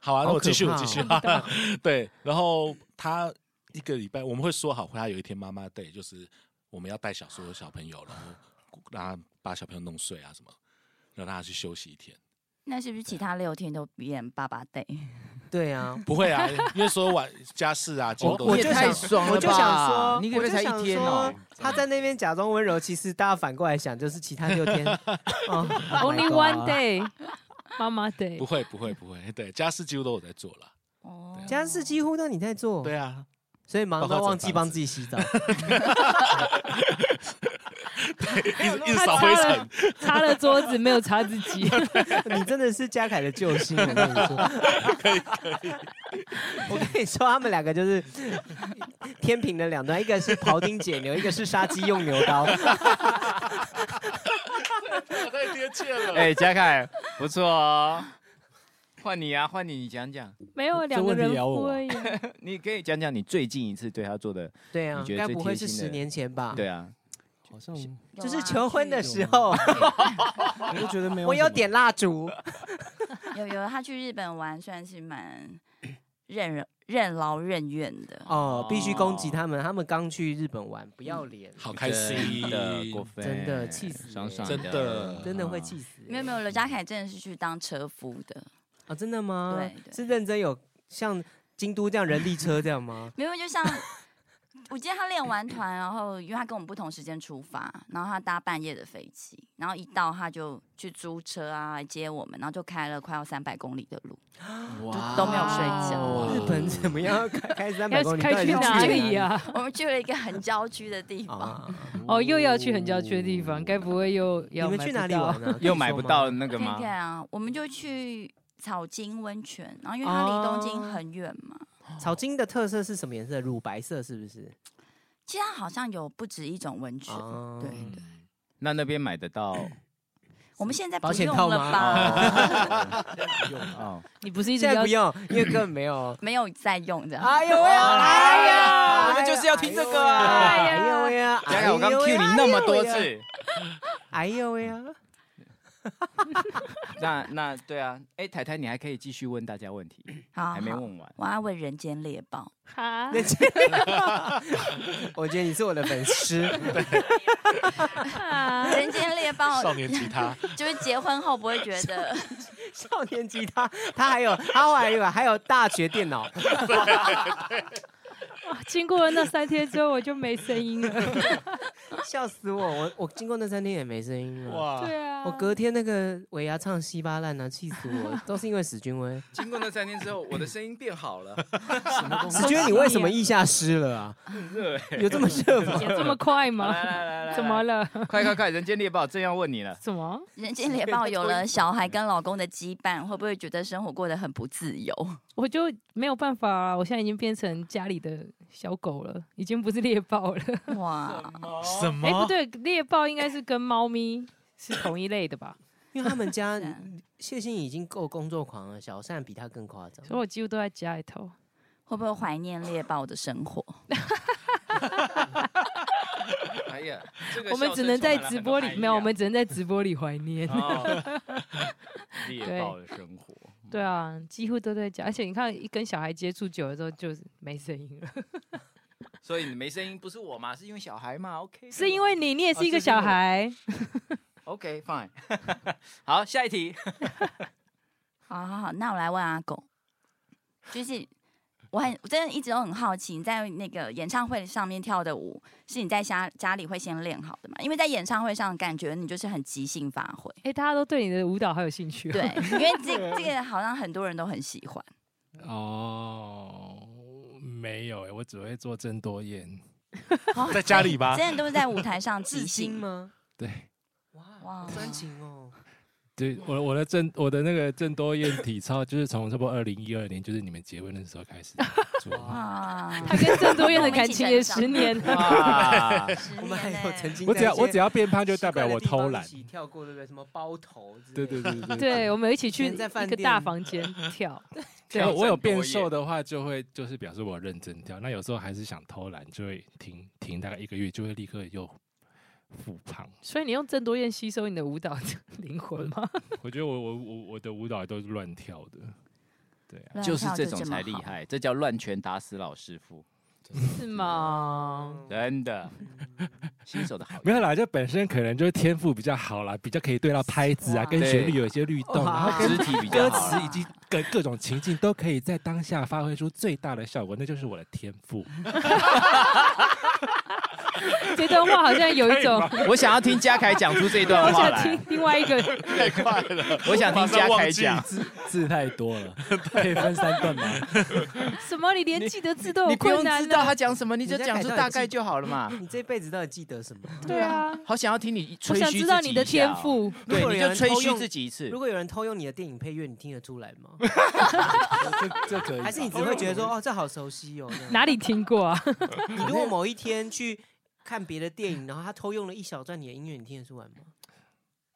好啊，那
好
我
可
继续，我
怕
继
哦
续。 (laughs) 对，然后他一个礼拜我们会说好，他有一天妈妈 day，就是我们要带小所有小朋友，然后让他把小朋友弄睡啊什么，让他去休息一天。
那是不是其他六天都变爸爸 day？
对啊，
不会啊，因为所有晚家事啊，几乎
(laughs)
都
我
是
就
这样
想
爽
我就想说，
你可能才一天
我
哦
就想说。他在那边假装温柔，其实大家反过来想，就是其他六
(laughs)
天哦
Only one day，妈妈 day
不。会不会不会，对，家事几乎都有在做了。
哦
家事几乎都你在做，
对啊，
所以忙到忘记帮自己洗澡。 (laughs)
一直一直
他擦
扫灰
了
尘，
擦了桌子，没有擦自
(laughs)
己。
你真的是嘉凯的救星，我跟你说。 (laughs) 我跟你说，他们两个就是 (laughs) 天平的两端，一个是庖丁解牛，一个是杀鸡用牛刀。
我太贴切了。
(laughs) 哎，嘉凯不错哦，换你啊，换你，你讲讲，
没有两个
问题
人
也要问我
敷衍，
你可以讲讲你最近一次对他做的，
对啊
你，觉得
该
最
不会
贴
是
心的
十年前吧？
对，啊，
好像
有
就是
啊
求婚的
去
时候， (laughs)
我就觉得 (laughs) 没有。
我有，点蜡烛。
(laughs) 有有，他去日本玩，算是蛮任人任劳任怨的。
哦，必须攻击他们，他们刚去日本玩，不要脸，
好开心
真的过分，
真的气死
爽
欸
爽
真的
真的会气死欸。
没有没有，刘家凯真的是去当车夫的，
啊，真的吗？
对对？
是认真有像京都这样人力车这样吗
(laughs)
没有就像我记得他练完团，然后因为他跟我们不同时间出发，然后他搭半夜的飞机，然后一到他就去租车啊来接我们，然后就开了快要三百公里的路，
哇
都没有睡觉。
哦
日本怎么样？开开三百
要
公里，到
开去
底是
哪里啊？
我们去了一个很郊区的地方，
啊？
哦，又要去很郊区的地方，该不会又
你
要
们
买
去
不
哪里
到
玩
(laughs)
呢？
又买不到
可以
那个
看
吗？
看啊，我们就去草金温泉，然后因为它离东
哦
京很远嘛，
说吗。草金的特色是什么颜色？乳白色是不是？
其实它好像有不止一种温泉，
哦
对，
那那边买得到
我们现在
保
不
险
用
套
了
吗 (laughs)
吧？ (laughs)
哦，
你不是一直
现在
要
不用，因为根本没有
(laughs) 。没有在用的，
哎呦喂啊！哎呀，
我们就是要听这个啊
哎呦喂啊！
嘉凯，我刚 Q 你那么多次，
哎呦喂啊！
那那对啊，哎，太太，你还可以继续问大家问题，
好，
啊
还没
好
问完。
我要问人间猎豹，
哈？
那 (laughs) 我觉得你是我的粉丝， (laughs)
人间猎豹
少年吉他，
(laughs) 就是结婚后不会觉得
少年吉他，他还有他后来有还有大学电脑， (laughs)
经过了那三天之后，我就没声音
(laughs)
了。
笑死我！我我经过那三天也没声音了。
哇，
对啊，
我隔天那个尾牙唱稀巴烂啊，气死我！都是因为史君
(laughs)
威。
经过那三天之后，我的声音变好了，
史君威，你为什么腋下湿了啊？
很热哎。
有这么热
(laughs)
吗？
有这么快
来来
吗？
来来来，
怎么了？
快快快！人间猎豹正要问你了，
怎么？
人间猎豹有了小孩跟老公的羁绊，会不会觉得生活过得很不自由？ (laughs)
我就没有办法啊！我现在已经变成家里的小狗了，已经不是猎豹了。
哇，
什
哎、不
么？
对，猎豹应该是跟猫咪是同一类的
(laughs)
吧？
因为他们
(laughs)
家
是啊
谢欣已经够工作狂了，小善比他更夸张。
所以我几乎都在家里
(laughs)
头。
会不会怀念猎豹的生活？
哎呀，这个
我们
笑
只
声
能在
充满了
直
很
播
多
里，
含义
没有，
啊
我们只能在直播里怀
(laughs)
念。 (laughs)
哦猎豹的生活，
对啊，几乎都在家，而且你看，一跟小孩接触久了之后，就是没声音
(laughs)
了。
所以你没声音不是我嘛，是因为小孩嘛
(laughs)
？OK，
是因
为
为你，你也是一个
啊是因为
小
我
孩，
OK fine。好， (laughs) 下一题，
好好好，那我来问阿狗，就是我很我真的一直都很好奇，你在那个演唱会上面跳的舞，是你在家家里会先练好的吗？因为在演唱会上，感觉你就是很即兴发
(laughs)
挥，
哎、大家都对你的舞蹈好有兴趣、哦。
对，因为这这个好像很多人都很喜欢。
哦，没有哎，我只会做郑多燕。
哦
在家里吧
真的都是在舞台上即
至今
兴。
吗？
对，
哇
哇，专情哦！
对，我我的郑我的那个郑多燕体操，就是从差不多二零一二年，就是你们结婚的时候开始做。
哇，
(laughs)
他跟郑多燕的
我们一
感
起
情
成
也
长
十年了。
(laughs) 哇，
十
我们还
年
有
呢
曾经
我
在
只要
一些
我只要变胖，就代表
奇怪的
我
地方
偷
一
懒
起。跳过，对不对？什么包头之类
对
的
对对对
对，我们有一起去
以前在饭
一个
店
大房间跳。对
(laughs)
然后，我有
郑多
变
燕
瘦的话，就会就是表示我认真跳。那有时候还是想偷懒，就会停停大概一个月，就会立刻又复胖。
所以你用郑多燕吸收你的舞蹈的灵魂吗？
我觉得我我我我的舞蹈都是乱跳的，对啊，
乱
就是
跳
这种才
么
厉
好。
害，这叫乱拳打死老师 (laughs) 傅，
是吗？
真的， (laughs) 新手的好。
没有啦，就本身可能就是天赋比较好啦，比较可以对到拍子啊，
哇
跟旋律有一些律动，然
哇
后
肢体比较
歌
好
词
啦，
以及各各种情境都可以在当下发挥出最大的效果，那就是我的天赋。
这段话好像有一种，
我想要听嘉凯讲出这段
我
话
想
来
听。另外一个，
太快了，
我想听嘉凯讲，
字字太多
(laughs)
了，可以分三段吗？
什么你连记得字都
你
有
不用
困难
知道
了。
他讲什么，你就讲出大概就好了嘛。
你这辈子到底记得什么？
对啊，
好想要听你
我
吹嘘
想
自己一
知
下哦
道你的天，赋。
对，你就吹嘘自
己。
己一次
如。果有人偷用你的电影配乐，你听得出来吗？
这这可以吧，
还是你只会觉得说，哦，这好熟悉哦。这样
哪里听过啊？
你如果某一天去看别的电影，然后他偷用了一小段你的音乐，你听得出来吗？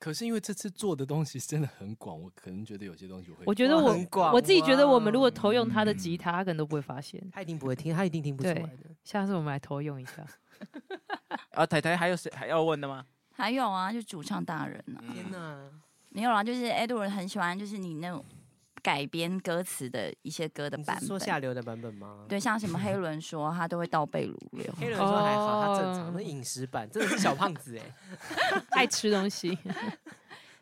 可是因为这次做的东西真的很广，我可能觉得有些东西我会
我觉得
哇
我
很广
我自己觉得，我们
哇
如果投用他的吉他，他可能都不会发现。
他一定不会听，他一定听不出来
对
的。
下次我们来投用一下。
啊，太太还有谁还要问的吗？
还有啊，就主唱大人啊，
天哪！
没有啦，就是 Edward 很喜欢，就是你那种改编歌词的一些歌的
你
版
是说下
本。
流的版本吗？
对，像什么黑伦说，他都会倒背如流。
黑人说还好，他正
哦
常。那饮食版真的是小胖子哎，
爱吃东西， (laughs)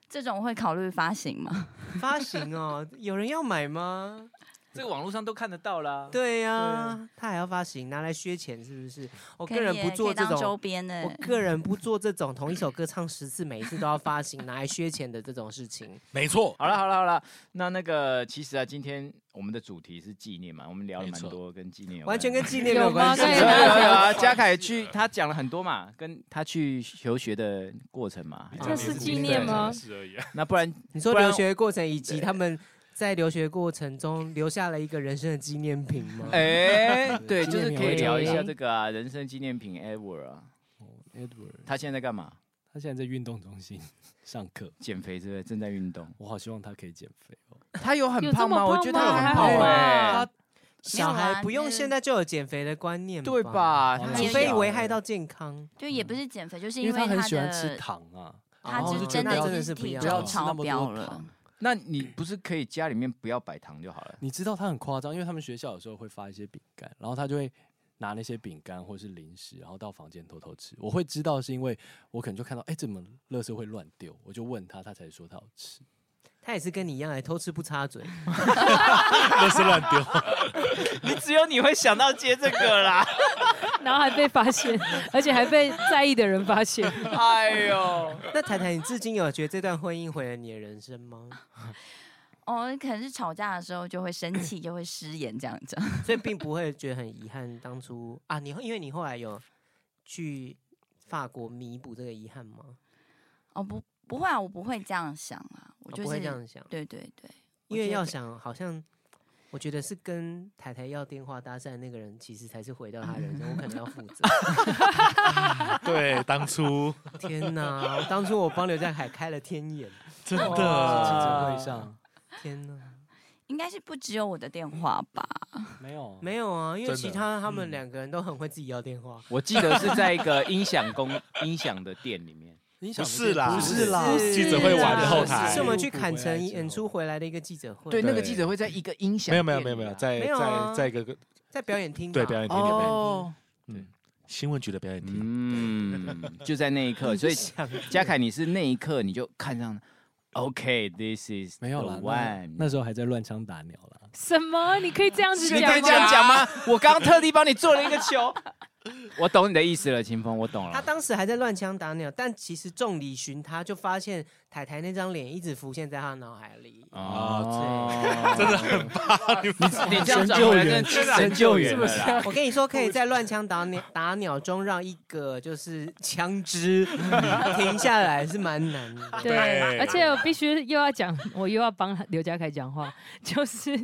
这种会考虑发行吗？
发行哦，有人要买吗？
这个网络上都看得到啦。
对呀、他还要发行，拿来削钱是不是？我
可
个人
以
不
耶可
做
以
这
当周
种，
边的
我。个人不做这种同一首歌唱十次，每一次都要发行，拿来削钱的这种事情。
没错，
好了好了好了，那那个其实啊，今天我们的主题是纪念嘛，我们聊了蛮
没错
多跟纪念有关
完
的
全跟
(laughs)
纪念没有关系。
有
有
吗
有有有
对
啊，嘉凯去他讲了很多嘛，跟他去求学的过程嘛，
你
还有
这
讲
是
的
纪念吗
是而已啊。
那不然
你说
不然
留学过程以及
对
他们在留学过程中留下了一个人生的纪念品吗？
哎，对，
纪
就是
念品
可以
会
聊一
讲
下
一
这个啊，人生纪念品 ever 啊，
Edward，
他现在在干嘛？
他现在在运动中心上课，
减肥是不是？正在运动。
我好希望他可以减肥哦。
他有很
有
胖
这么
吗？我
胖
觉得
吗
他
还
很
好
胖
啊
吧
哎，
小
没有
孩
啦
不用
啊就是
现在就有减肥的观念，
对？吧？
好
他
啦
除
还
非
小
危
哎
害到健康，
就也不是减肥，就是
因为
为
他很
他
喜欢吃
的
糖啊，
他
哦
是
就
真
那
真
的
的
就是是
不
体
要
重
了吃那
超
么多
标了
糖。
那你不是可以家里面不要摆糖就好了？
你知道他很夸张，因为他们学校有时候会发一些饼干，然后他就会拿那些饼干或是零食，然后到房间偷偷吃。我会知道是因为我可能就看到，哎、怎么垃圾会乱丢？我就问他，他才说他要吃。
他也是跟你一样，哎，偷吃不插嘴。
都是乱丢。
你只有你会想到接这个啦。
然后还被发现， (laughs) 而且还被在意的人发现。
哎呦，
那谈谈，你至今有觉得这段婚姻毁了你的人生吗？
哦，可能是吵架的时候就会生气，就会失言这样子。 (laughs)
所以并不会觉得很遗憾，当初啊，你因为你后来有去法国弥补这个遗憾吗？
哦，不，不会啊，我不会这样想啊，我
我
就是
不会这样想，
对对对，我
因为
觉
要
得
想，好像我觉得是跟台台要电话搭讪的那个人，其实才是毁掉他的人生，我可能要负责。
(laughs) 对，当初
天哪！当初我帮刘家凯开了天
(laughs)
眼，
真
记
的
者会上
天哪！
应该是不只有我的电话吧？
没有
没有啊，因为
真的
其他他
嗯
们两个人都很会自己要电话。
我记得是在一个音响公 (laughs) 音响的店里面，
你
不
想的
是啦，
不是啦，
记者会完的后台
是我们去
回来
坎城
之后
演出回来的一个记者会，
对，那个
对
记者会在一个音响
没有
店里啊、
没有没有没有，在
没有啊
在在一个
在表演厅吧
对表演厅里面，
哦，
新闻局的表演厅，
嗯，就在那一刻，所以
想
嘉凯，你是那一刻你就看上了，OK，this、is
没有啦
the，
那
one。
那时候还在乱枪打鸟啦。
什么？你可以这样子
你
讲
可以这样
吗？
讲吗？我刚刚特地帮你做了一个球， (laughs) 我懂你的意思了，清风，我懂
他
了。
当时还在乱枪打鸟，但其实众里寻他，就发现台台那张脸一直浮现在他脑海里。
哦，真的很棒！你你这样转回来真的是神
神
救
救援
援了啦。
我跟你说，可以在乱枪打
(laughs)
鸟打鸟中让一个就是枪支停下来是蛮难
(laughs)
的。
对，
对
而且我必须又要讲，我又要帮刘家凯讲话， (laughs) 就是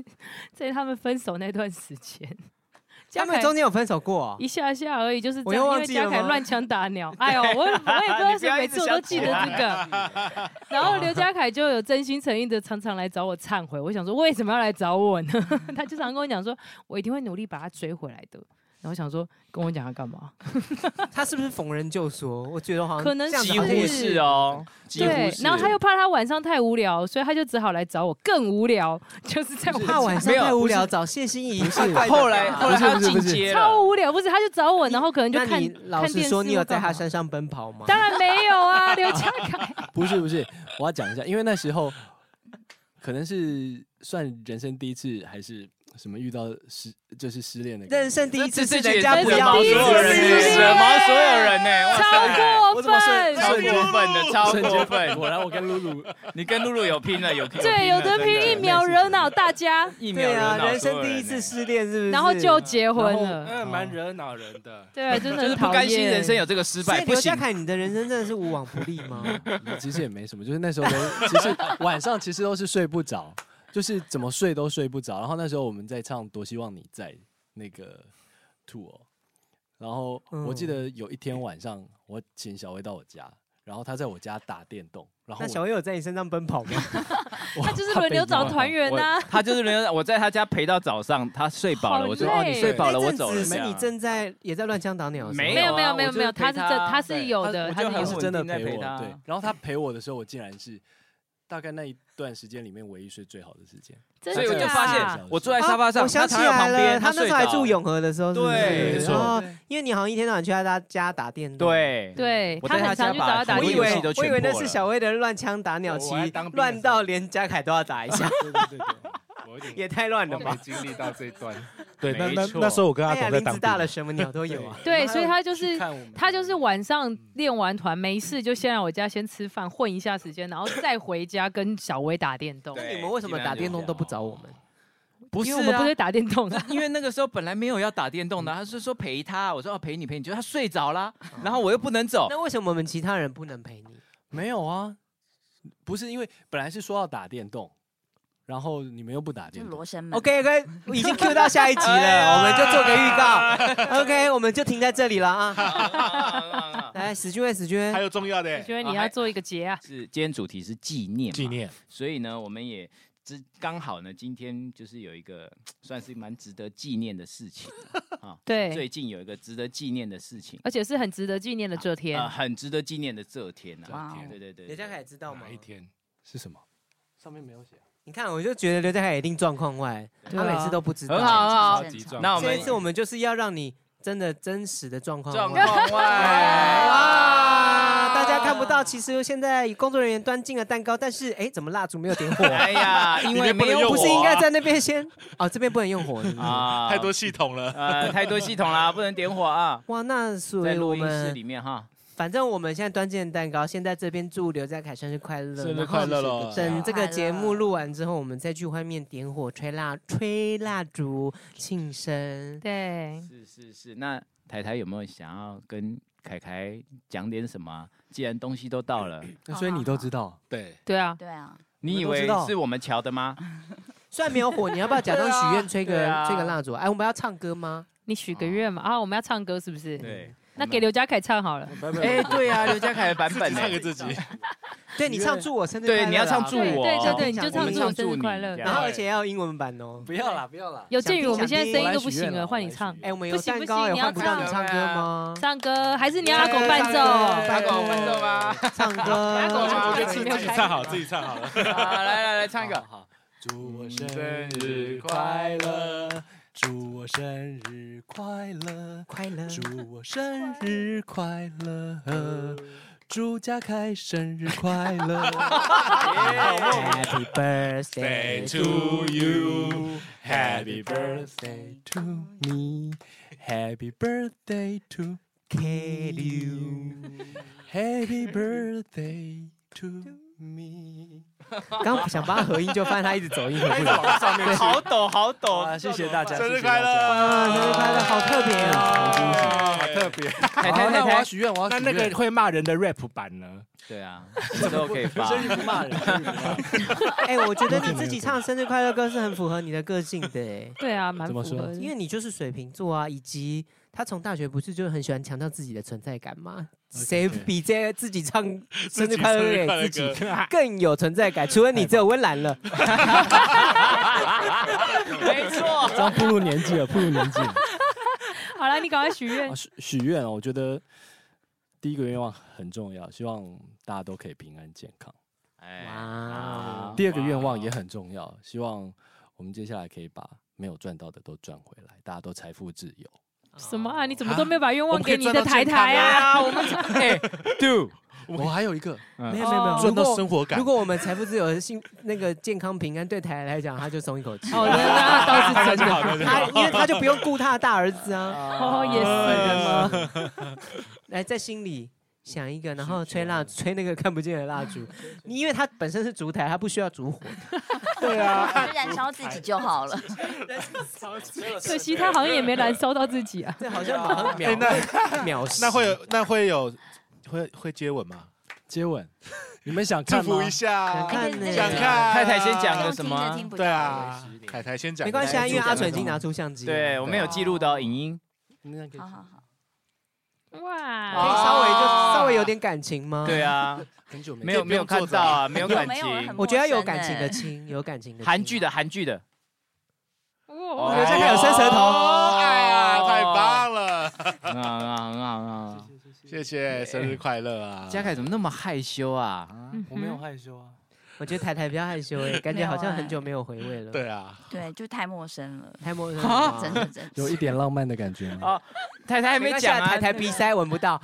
在他们分手那段时间，
他
家
们
凯
中间有分手过哦、
一下下而已，就是这
我
样，
又
因
忘
为
记了
家凯
吗
乱枪打鸟。哎呦，我也我也不知
(laughs)
道为什么，每次我都记得这个。然后刘家凯就有真心诚意的常常来找我忏悔，我想说为什么要来找我呢？ (laughs) 他就常跟我讲说，我一定会努力把他追回来的。然后想说跟我讲他干嘛？
他是不是逢人就说？我觉得好像
可能啊
这样子
几
好像
乎
也
是哦，几乎
对，
是。
然后他又怕他晚上太无聊，所以他就只好来找我，更无聊，就是在我
怕晚上
没有
太无聊，找谢欣怡。
(laughs)
后来后来他又进阶
超
了，
无聊，不是？他就找我，然后可能就
那
看
你老
看
实
电视
说，你有
或
在
干嘛
他身上奔跑吗？
当然没有啊，刘家
(laughs)
凯。
不是不是，我要讲一下，因为那时候可能是算人生第一次，还是什么遇到失就是失恋的感觉
人生第一次是人
这
家
这
不
这
要
这
你
惹毛所有人呢，惹毛所有人呢，
超过
我怎么顺
分，
哦超过分的，超过分！
果然我跟露露
(laughs) 你跟露露有拼了，有拼啊
对，有的
真
凭一秒惹恼大家，
一秒
对
惹
啊，
恼
人生
所有
第一
人
次
欸
失恋是不是？
然后就结婚了。
嗯，蛮惹恼人的。
对，真的
啊就是
很
不
讨
甘
厌。
心人生有这个失
所以
败，不
刘
行
家。凯，你的人生真的是无往不利
(laughs)
吗？
其实也没什么，就是那时候都其实 (laughs) 晚上其实都是睡不着，就是怎么睡都睡不着。然后那时候我们在唱《多希望你在》那个 two 哦，然后我记
嗯
得有一天晚上，我请小薇到我家，然后她在我家打电动，然后
那
我
小薇有在你身上奔跑
(laughs)
吗？
他就是轮流找团啊员
啊
呐、
他就是没有，我在他家陪到早上，他睡饱了，
好
我说哦，
累
你睡
哎
饱了，我走了。
是你正在也在乱枪打鸟，
没
没
有
有
啊
没有没
我
有
就是
没有，
陪
他是
他
真他是
对
有
他
的，
我
他
就很
有
是
稳
真的
定在
陪
陪
我，
她
对。然后她陪我的时候，我竟然是大概那一段时间里面唯一睡最好的时间。
真
所以我
的
就
啊
发现，我坐在沙发
哦
上，
我想
他
起
躺在我
来
旁
了，
边，
他那
睡
时候还
着
住永和的时候，是不是
对没错
哦，因为你好像一天到晚去他家家打电动，。
对，
对
我
他
在他
很
家
常去找
把
他打
很
我
多
以
电
游戏
为
都
动。
全
我以为那
破
是
了
小薇的乱枪打鸟期
我还当，兵的时候
乱到连嘉凯都要打一
(laughs)
下，
(laughs) 对对对对，我有点
也太乱了
我没
吧！
经历到这一段。
对，那那
没错
那时候我跟阿
哎呀，
童在
林
当
子
兵
大了，什么鸟都有啊。
对，所以他就
去
是
看我们
他就是晚上练完团没事就先来我家先吃饭混一下时间，然后再回家跟小薇打电动
那。
对
你们为什么打电动都不找我们？
哦不是
因为我们
啊
不会打电动
(laughs)
的，
因为那个时候本来没有要打电动的，他是说陪他，我说要陪你陪你，就他睡着啦，然后我又不能走，
那为什么我们其他人不能陪你？
没有啊，不是因为本来是说要打电动，然后你们又不打
就
电动
罗，生
嗯
门。
OK OK，已经 Q 到下一集
哎
了，我们就做个预告。OK，我们
(laughs)
就停在这里了啊！来，史君威，史君
还
威，
有重要的
觉得你要做一个结啊。
是今天主题是纪念，
纪，念，
所以呢，我们也之刚好呢，今天就是有一个算是蛮值得纪念的事情啊，
对，
最近有一个值得纪念的事情，
而且是很值得纪念的这天
呃，。很值得纪念的这天啊，
哇哦，
对对对，
刘
对
家凯知道吗
哪一？天？
是什么？上面没有写。
你看，我就觉得刘家凯一定状况外，
对
他
啊
每次都不知道。
很好很好，
正常
极壮
那我
这
们
一次我们就是要让你真的真实的状况
状
外
况外
啊，大家看不到，其实现在工作人员端进了蛋糕，但是哎，怎么蜡烛没有点
(laughs)
火？
哎呀，因为没有我
不是应该在那边先？哦，这边不能用火是不是
啊，
(laughs) 太多系统了，
呃太多系统啦， (laughs) 不能点火啊，
哇，那所
在
以我
录音室
们
里面哈，
反正我们现在端进了蛋糕，先在这边祝刘家凯生日快乐，
生日
然后
快乐喽！
等这个
生日快乐
节目录完之后，我们再去外面点火、吹蜡、吹蜡烛、庆生。
对，
是是是，那台台有没有想要跟凯凯讲点什么啊？既然东西都到
(coughs)
了，
那所以你都知道，
对，
对啊，
对啊，
你以
我们都
为
知道
是我们瞧的吗？
虽然没有火，你要不要假装许愿吹 (laughs)
对
个、
啊
吹个蜡烛？哎，我们要唱歌吗？
你许个愿嘛啊，我们要唱歌是不是？
对，
那给刘家凯唱好了。
拜
哎，对啊，刘家凯的版
自
本
己
呢
唱给自己，
对你唱祝我生日快乐
对，
啦，
你要唱祝
对
我，
对对对，你
想
就
听
唱祝我
我们唱
生
祝
日
你
快
这
乐。
样
然后而且要英文版哦。
不要啦，不要啦，
有鉴于我们
想听
现在
想
声
听
我
音
来
都不
许愿
行了，
了
换
我
你
来许
唱
愿
哎，我们有
不行
蛋
不
糕，
行
也
你要啊
换不到你唱
唱
歌吗？
唱歌，还是你要拉狗伴
对
奏？
打狗伴奏吧。
唱歌，
我
我
觉得
觉得
是
是
自
自
己
己唱好，自己唱好了。
啊，来来来，唱一个。
好，祝我生日快乐，祝我生日快乐，
快乐。
祝我生日快乐，祝嘉凯生日快乐
Happy birthday to you。
you,
，Happy birthday to me，Happy birthday to
Can
you，Happy birthday to me。
刚想帮他合音，就 (laughs) 发现他一直走音合不了。
好抖，好
好
抖！
啊，谢谢大家，
生
谢
日
谢大
快
家
乐，
哇生日快乐好特别哦
很惊喜
好特别。
太
好，
太
那
太
我要
太，
许愿，我要
那
许
那
愿
个会骂人的 rap 版呢？
(laughs)
对啊，之后可以发。
生日不骂人，生日不骂人
哎，我觉得你自己唱生日快乐歌是很符合你的个性 (laughs) 的哎，
对啊，蛮
怎
符
么说
合的。
因为你就是水瓶座啊，以及他从大学不是就很喜欢强调自己的存在感吗？谁比这自己唱生日快乐歌给自己更有存在感？除了你，只有温岚 (laughs) 了。
没错，
这样步入年纪了，步入年纪了。
好了，你赶快许愿
啊，。许许愿哦，我觉得第一个愿望很重要，希望大家都可以平安健康。
哇
哇，
第二个愿望也很重要，希望我们接下来可以把没有赚到的都赚回来，大家都财富自由。
什么啊？你怎么都没有把愿望给你的
我们可
台
以赚到
台啊？ (laughs)
啊，我们哎，do
我还有一个，
没有没有没有，
赚
如
到
果
生活感
如。果我们财富自由、幸那个健康平安，对台来讲，他就松一口气。
哦，
(laughs)
那那倒是真的。
好的，
他因为他
(laughs) 啊
就不用顾他的大儿子啊。
哦，也是。
(laughs) 来，在心里想一个，然后吹蜡吹那个看不见的蜡
(laughs)
烛。你因为它本身是烛台，它不需要烛火。对啊，
就燃烧自己就好了。
可惜他好像也没燃烧到自己啊。
这好像马上秒
哎
秒杀。
那会有那会有会会接吻吗？
接吻，你们想
祝
看吗
福一？下
想，看
哎对
呢、
对
想看啊
太太先讲
用
了
听
什
着
么
听？不
对
到。
啊，凯凯先讲，
没关系啊，因为阿
准
纯已经拿出相机了。啊
对我们有记录到影音，
那个
好好好，
可
哇
哦
以稍微就稍微有点感情吗？(laughs)
对啊，
很久
没有没有看到啊，没有感
没有很
情。
我觉得有感
陌生
情
欸
的亲，有感情的亲
韩剧的韩剧的，
哇
刘嘉凯有伸舌头
哦哎呀，太棒了！
很好很好很好很好。
谢谢，生日快乐啊！
嗯嘉凯怎么那么害羞啊？
嗯哼
我没有害羞啊。
我觉得台台比较害羞哎、感
没
觉
有
好像
欸
很久没有回味了。，
对啊，
对，就太陌生了，
太陌生了。
啊真的真
有
的。
一点浪漫的感觉吗？
哦太太还没
关系
讲啊
台，台鼻塞闻不到。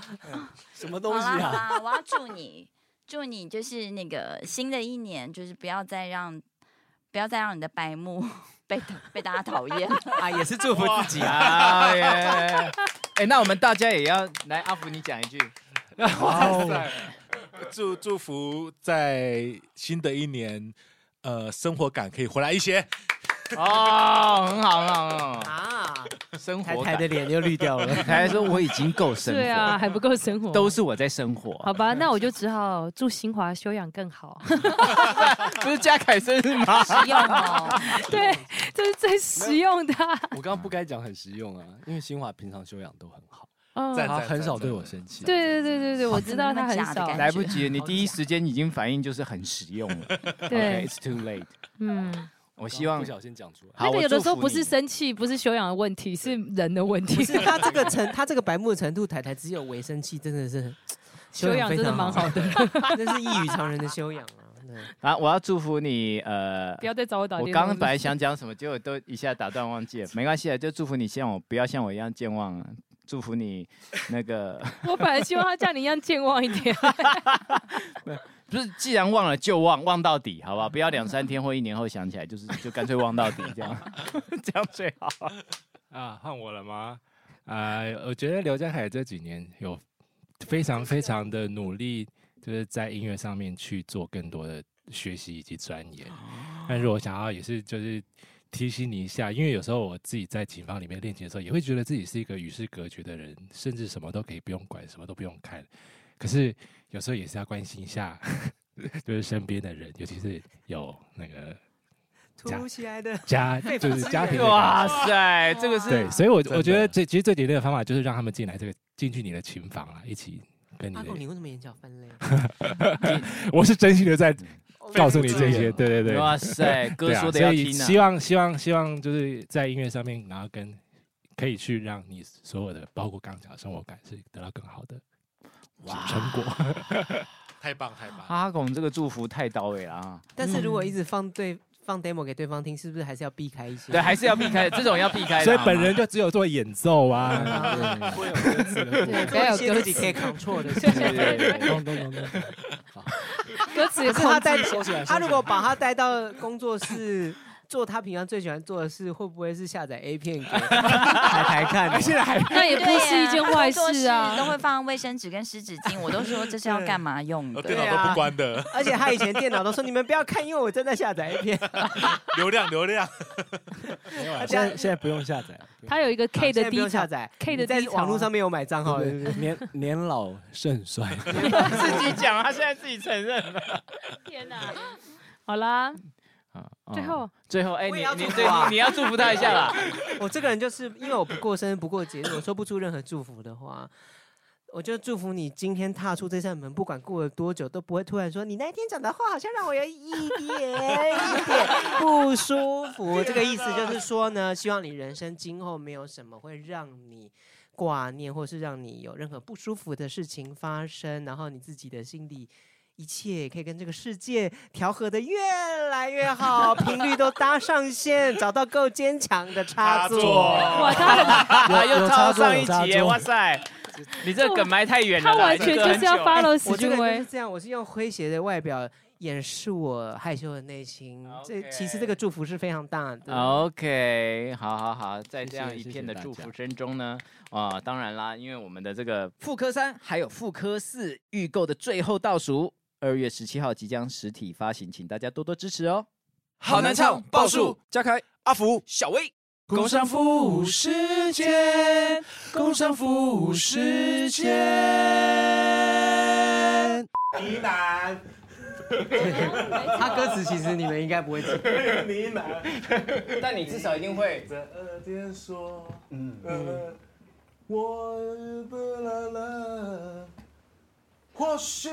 什么东
好
西
啦好
啊？
啦，我要祝你，祝你就是那个新的一年，就是不要再让，不要再让你的白目 (laughs) 被被大家讨
(laughs)
厌。
啊，也是祝福自己啊。
啊耶！ (laughs) 哎，那我们大家也要来，阿福你讲一句，
哇塞！祝祝福在新的一年，呃，生活感可以回来一些。
哦，很好很好很好，
啊，
生
台
活
台
感
的。脸又绿掉了。
台台说我已经够生活，
对啊，，还不够生活，
嗯都是我在生活。
好吧？那我就只好祝新华修养更好。
不是嘉凯生日吗？
实用哦，
对，这是最实用的啊。
我刚刚不该讲很实用啊，因为新华平常修养都很好，
嗯，
赞
他很少对我生气。
对对对对对，我知道他很
真的假的
少。
感觉
来不及了，你第一时间已经反应就是很实用了。
(laughs) 对
OK，it's too late。
嗯，
我
我
希望
不小心讲出来。
好，
那
我
个有的时候
祝福
不是
你
生气，不是修养的问题，是人的问题
不。是他这个程，他这个白目的程度，台台只有微生气，真的是
(laughs) 修养
非
真的
常
蛮好的， (laughs)
这是异于常人的修养啊。对
啊，我要祝福你呃
(laughs) 不。要再找我打
我
电话。
刚刚本来想讲什么，结果都一下打断忘记了，没关系啊，就祝福你像我不要像我一样健忘啊，祝福你那个 (laughs)
(laughs) 我本来希望他像你一样健忘一点。啊
不是，既然忘了就忘，忘到底，
(laughs)
好不好？不要两三天或一年后想起来，就是就干脆忘到底这样， (laughs) 这样最好。
啊，换我了吗？啊、我觉得刘家凯这几年有非常非常的努力，就是在音乐上面去做更多的学习以及钻研。但是我想要也是就是提醒你一下，因为有时候我自己在琴房里面练琴的时候，也会觉得自己是一个与世隔绝的人，甚至什么都可以不用管，什么都不用看。可是有时候也是要关心一下， (laughs) 就是身边的人，尤其是有那个
突如其
(laughs)
来的
家，就是家庭的关系
哇塞，这个
(laughs)
是
对，所以我
真的
我觉得最其实最简单的方法就是让他们进来这个进去你的琴房啦，一起跟你
阿
的
贡，。你为什么眼角泛泪？
(laughs)
嗯
我是真心的
嗯
在
嗯
告诉你这些，对对对，
哇塞，哥
对啊
说的
所
要
以
听啊
希。望希望希望就是在音乐上面，然后跟可以去让你所有的，包括刚讲的生活感是得到更好的成果。
太棒太棒！
阿拱这个祝福太到位了啊！
但是如果一直放对放 demo 给对方听，是不是还是要避开一些？
对，还是要避开的，这种要避开的。
所以
好吗
本人就只有做演奏
(laughs)
啊，
会有歌词的
对，不
做
要
一
有歌
些自己可以
词，
control 的事情。
(laughs)
(laughs)
对对对
咚咚咚咚
歌词
可
也
是
是
他
他
带
在
收起来。
他如果把他带到工作室。做他平常最喜欢做的事，会不会是下载 A 片给 (laughs) 台
(laughs)
台看呢？
现在还
那也不
对
是一
呀
件
他
坏
工作
事
都
啊。
会放卫生纸跟湿纸巾，我都说这是要干嘛用
哦
我
的。
哦电脑都不关
(laughs)
的，
而且他以前电脑都说你们不要看，因为我正在下载 A 片。
流量流量。
(laughs)
没有啊现在现在不用下载，啊不用
他有一个 K
啊现在
的
不
低
用下
潮，
载
K
你
的
在
低潮
网络上面有买账号
对
的。
对对年年老肾衰，
自己讲，他现在自己承认了。
天哪！好啦，
啊
最后
最后，哎，
我
你
也要
你
祝福
对
啊
你你要祝福他一下啦。
我这个人就是因为我不过生日、不过节日，我说不出任何祝福的话。我就祝福你今天踏出这扇门，不管过了多久，都不会突然说你那天讲的话好像让我有一点一点不舒 (laughs) 服。这个意思就是说呢，希望你人生今后没有什么会让你挂念，或是让你有任何不舒服的事情发生，然后你自己的心里。一切可以跟这个世界调和的越来越好，频率都搭上线，找到够坚强的插座。
哇，他很
啊，又 (laughs)
有
到
插座
上
有
一
插
集耶，
座
哇塞，你这个梗埋太远了
他
啦，
完全
这个
就
很
是要
久
follow
哎我
石
这
俊
个人
威
就是，这样，我是用诙谐的外表掩饰我害羞的内心。这其实这个祝福是非常大的。
OK，好好好，在
谢
这样
谢
一
谢
片的
谢大
祝福
家
声中呢，啊，当然啦，因为我们的这个妇科三还有妇科四预购的最后倒数，二月十七号即将实体发行，请大家多多支持哦。
好难唱，报数，
加开
阿福，
小薇。
工商服务时间，工商服务时间。
他歌词其实你们应该不会记，
但你至少一定会，
耳边说，嗯，我的啦啦，或许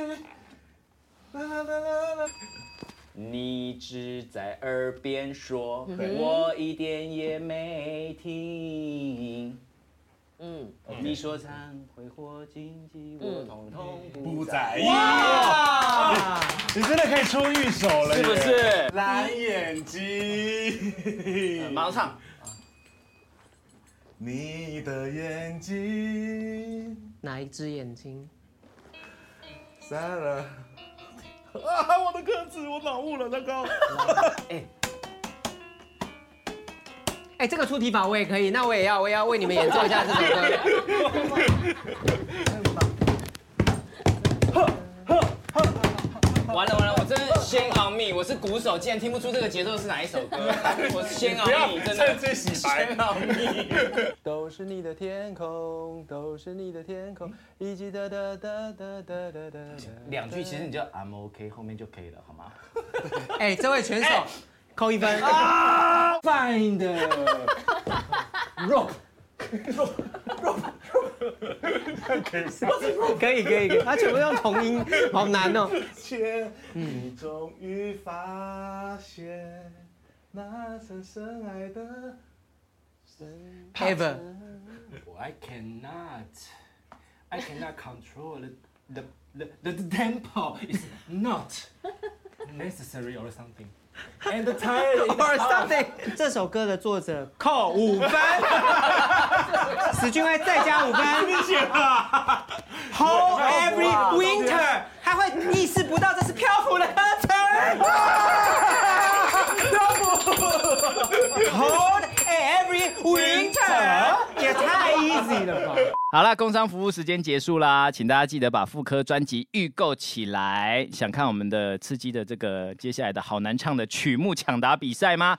啦啦啦啦，
你只在耳边说，我一点也没听。
嗯，
你说忏悔或荆棘，我统统不
不
在，
在意，哇你真的可以出一首了，
是不？是？
蓝眼睛，
马上唱。
你的眼睛，
哪一只眼睛？
散了。啊， (laughs) 我的歌词我脑雾了，糟
(laughs)
糕。
哎，这个出题法我也可以，那我也要，我也要为你们演奏一下这首歌。
完了完了，我真的先 on me，我是鼓手，竟然听不出这个节奏是哪
(laughs)
一首歌，我先 on me，真的
最洗白。
都是你的天空，都是你的天空，一起哒哒哒哒哒哒哒。
两句其实你就 I'm OK 后面就可以了，好吗？
哎，啊这位选手扣一分。Find rope rope rope rope，可以可以可以，他全部用同音，好难哦。
前，你终于发现那深深爱的
Ever，
I cannot, I cannot control the the the, the tempo. It's not necessary or something. And the time.
or something。这 (laughs) 首歌的作者扣五 (laughs) 分，史俊威再加五分。Whole every winter，他会意识不到这是漂浮的歌 (laughs) 词。漂浮。Hold every winter，也太 easy 了
(laughs)
吧。
(laughs) 好啦，工商服务时间结束啦，请大家记得把妇科专辑预购起来。想看我们的刺激的这个接下来的好难唱的曲目抢答比赛吗？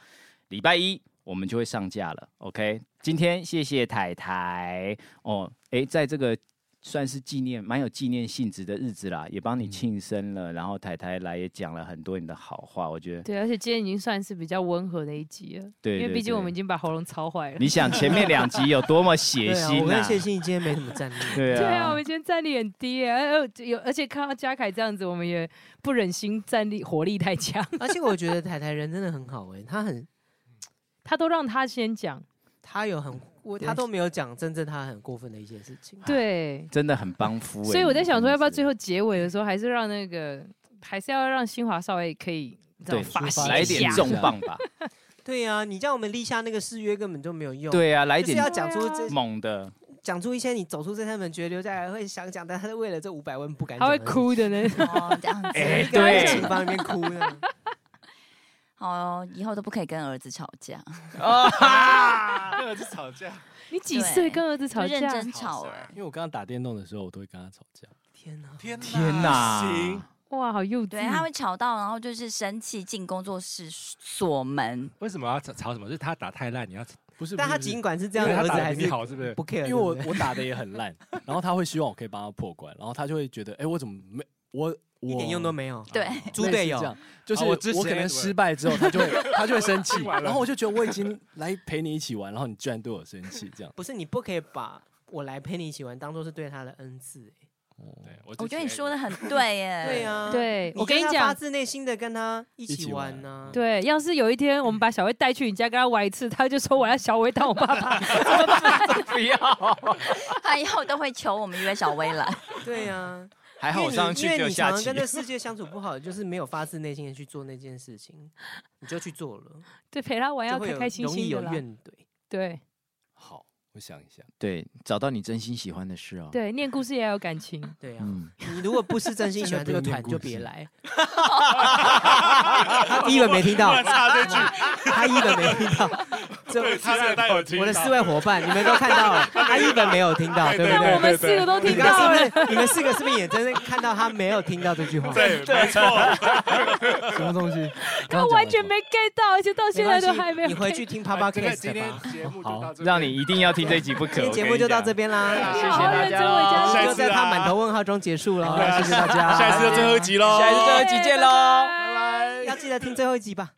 礼拜一我们就会上架了，OK。今天谢谢太太哦，哎，在这个算是纪念蛮有纪念性质的日子啦，也帮
嗯
你庆生了，然后太太来也讲了很多你的好话，我觉得
对，而且今天已经算是比较温和的一集了，
对，
因为
对
毕竟我
对
们已经把喉咙操
(laughs)
坏了。
你想前面两集有多么血腥啊？
欣今天没什么战力。
对
对啊，我
啊，
们今天战力很低耶，而而有而且看到嘉凯这样子，我们也不忍心战力火力太强，
而且我觉得台台人真的很好哎、他很
他都让他先讲，
他有很我他都没有讲真正他很过分的一些事情。
对，
真的很帮夫、欸。
所以我在想说，要不要最
后
后结尾的时候，还是让那个，
嗯
还是要让新华稍微可以这
对
样发泄
来一
一
点
下。
重磅
(laughs)
吧？
对呀、你叫我们立下那个誓约根本就没有用。，
对啊，来一
就是
点
要讲出这
猛的。
讲出一些你走出这扇门，觉得留下来会想讲，但他是为了这五百万不敢
他
讲
会
的事情。
哭的
(laughs)
呢，
哦，这样子。
哎，
在
对
厨，房里面哭的。
好，哦以后都不可以跟儿子吵架，
(laughs)
跟儿子吵架，
你几岁
对
跟儿子吵
就认
架？
真吵欸了。
因为我刚刚打电动的时候，我都会跟他吵架。
(laughs) 天哪！
天哪
天哪！
行，
哇，好幼
对，他
稚！
会吵到，然后就是生气进工作室锁门。
为什么要吵吵什么？是他打太烂，你要
不是，
但他
不是
尽管是这样，
因为
儿
他
子
打
还
的比你
是
好，是不哦是？
不 care
因
对不对。
为我我打的也很烂，然后他会希望我可以帮他破关，然后他就会觉得，哎，我怎么没我我
一点用都没有。
对，
猪队友
类似这样，就
啊我
是
支持
我可能
Edward
失败之后，他就
(laughs)
会他就会生气，
听完了
然后我就觉得我已经来陪你一起玩，然后你居然对我生气，这样
不是你不可以把我来陪你一起玩当做是对他的恩赐、哎
对，
我
我
觉得你说的很对耶。
对呀、啊，
对，我跟
你
你
就是要发
讲，
自内心的跟他一
一
起
起
玩啊
玩
呢、
对，要是有一天我们把小薇带去你家跟他玩一次，他就说我要小薇当我爸
(laughs)
爸，
不要，
他以后都会求我们约小薇来。
对啊 (laughs) 呀、
还
因
好
为
我
你
上去
因
就
为
有
你
下
常常
棋
跟。
(laughs)
这世界相处不好，就是没有发自内心的去做那件事情，你就去做了，
对，陪他玩要
就会
开
有
开心
容易
心的
有
啦。
怨怼。
对，
好。我想一下，
对，找到你真心喜欢的事哦。，
对，念故事也要有感情。
对啊，
嗯，
你如果不是真心喜欢这个团，
真
就
的不用念故事
别来。他第一个没听到，
插这句，
他一本没听到，就
对，他让他有听到
我的四位伙伴，你们都看到了，他一本没有听到，对不
那
对
我？们四个都
你
听
刚
到
刚
了
是，不是？你们四个是不是也真的看到他没有听到这句话？
对，没错，
什么东西？
他完全没 get 到，而且到现在都还没有。
你回去。听 Papa
这个
Cast
今
吧
天。节目就
好
到这边，
让你一定要听这一集不可。
今天
我
节
跟
目
你
就到
讲
(laughs) 这边啦，
谢
谢
谢
谢
大
大
家
家
哦
哦
下一
就
次
在他
啊
满头问号中结束 (laughs) 了，谢谢大家。
下一次就最后一集喽，
下一次最后一集见喽，
拜拜
拜拜。
要记得听最后一集吧。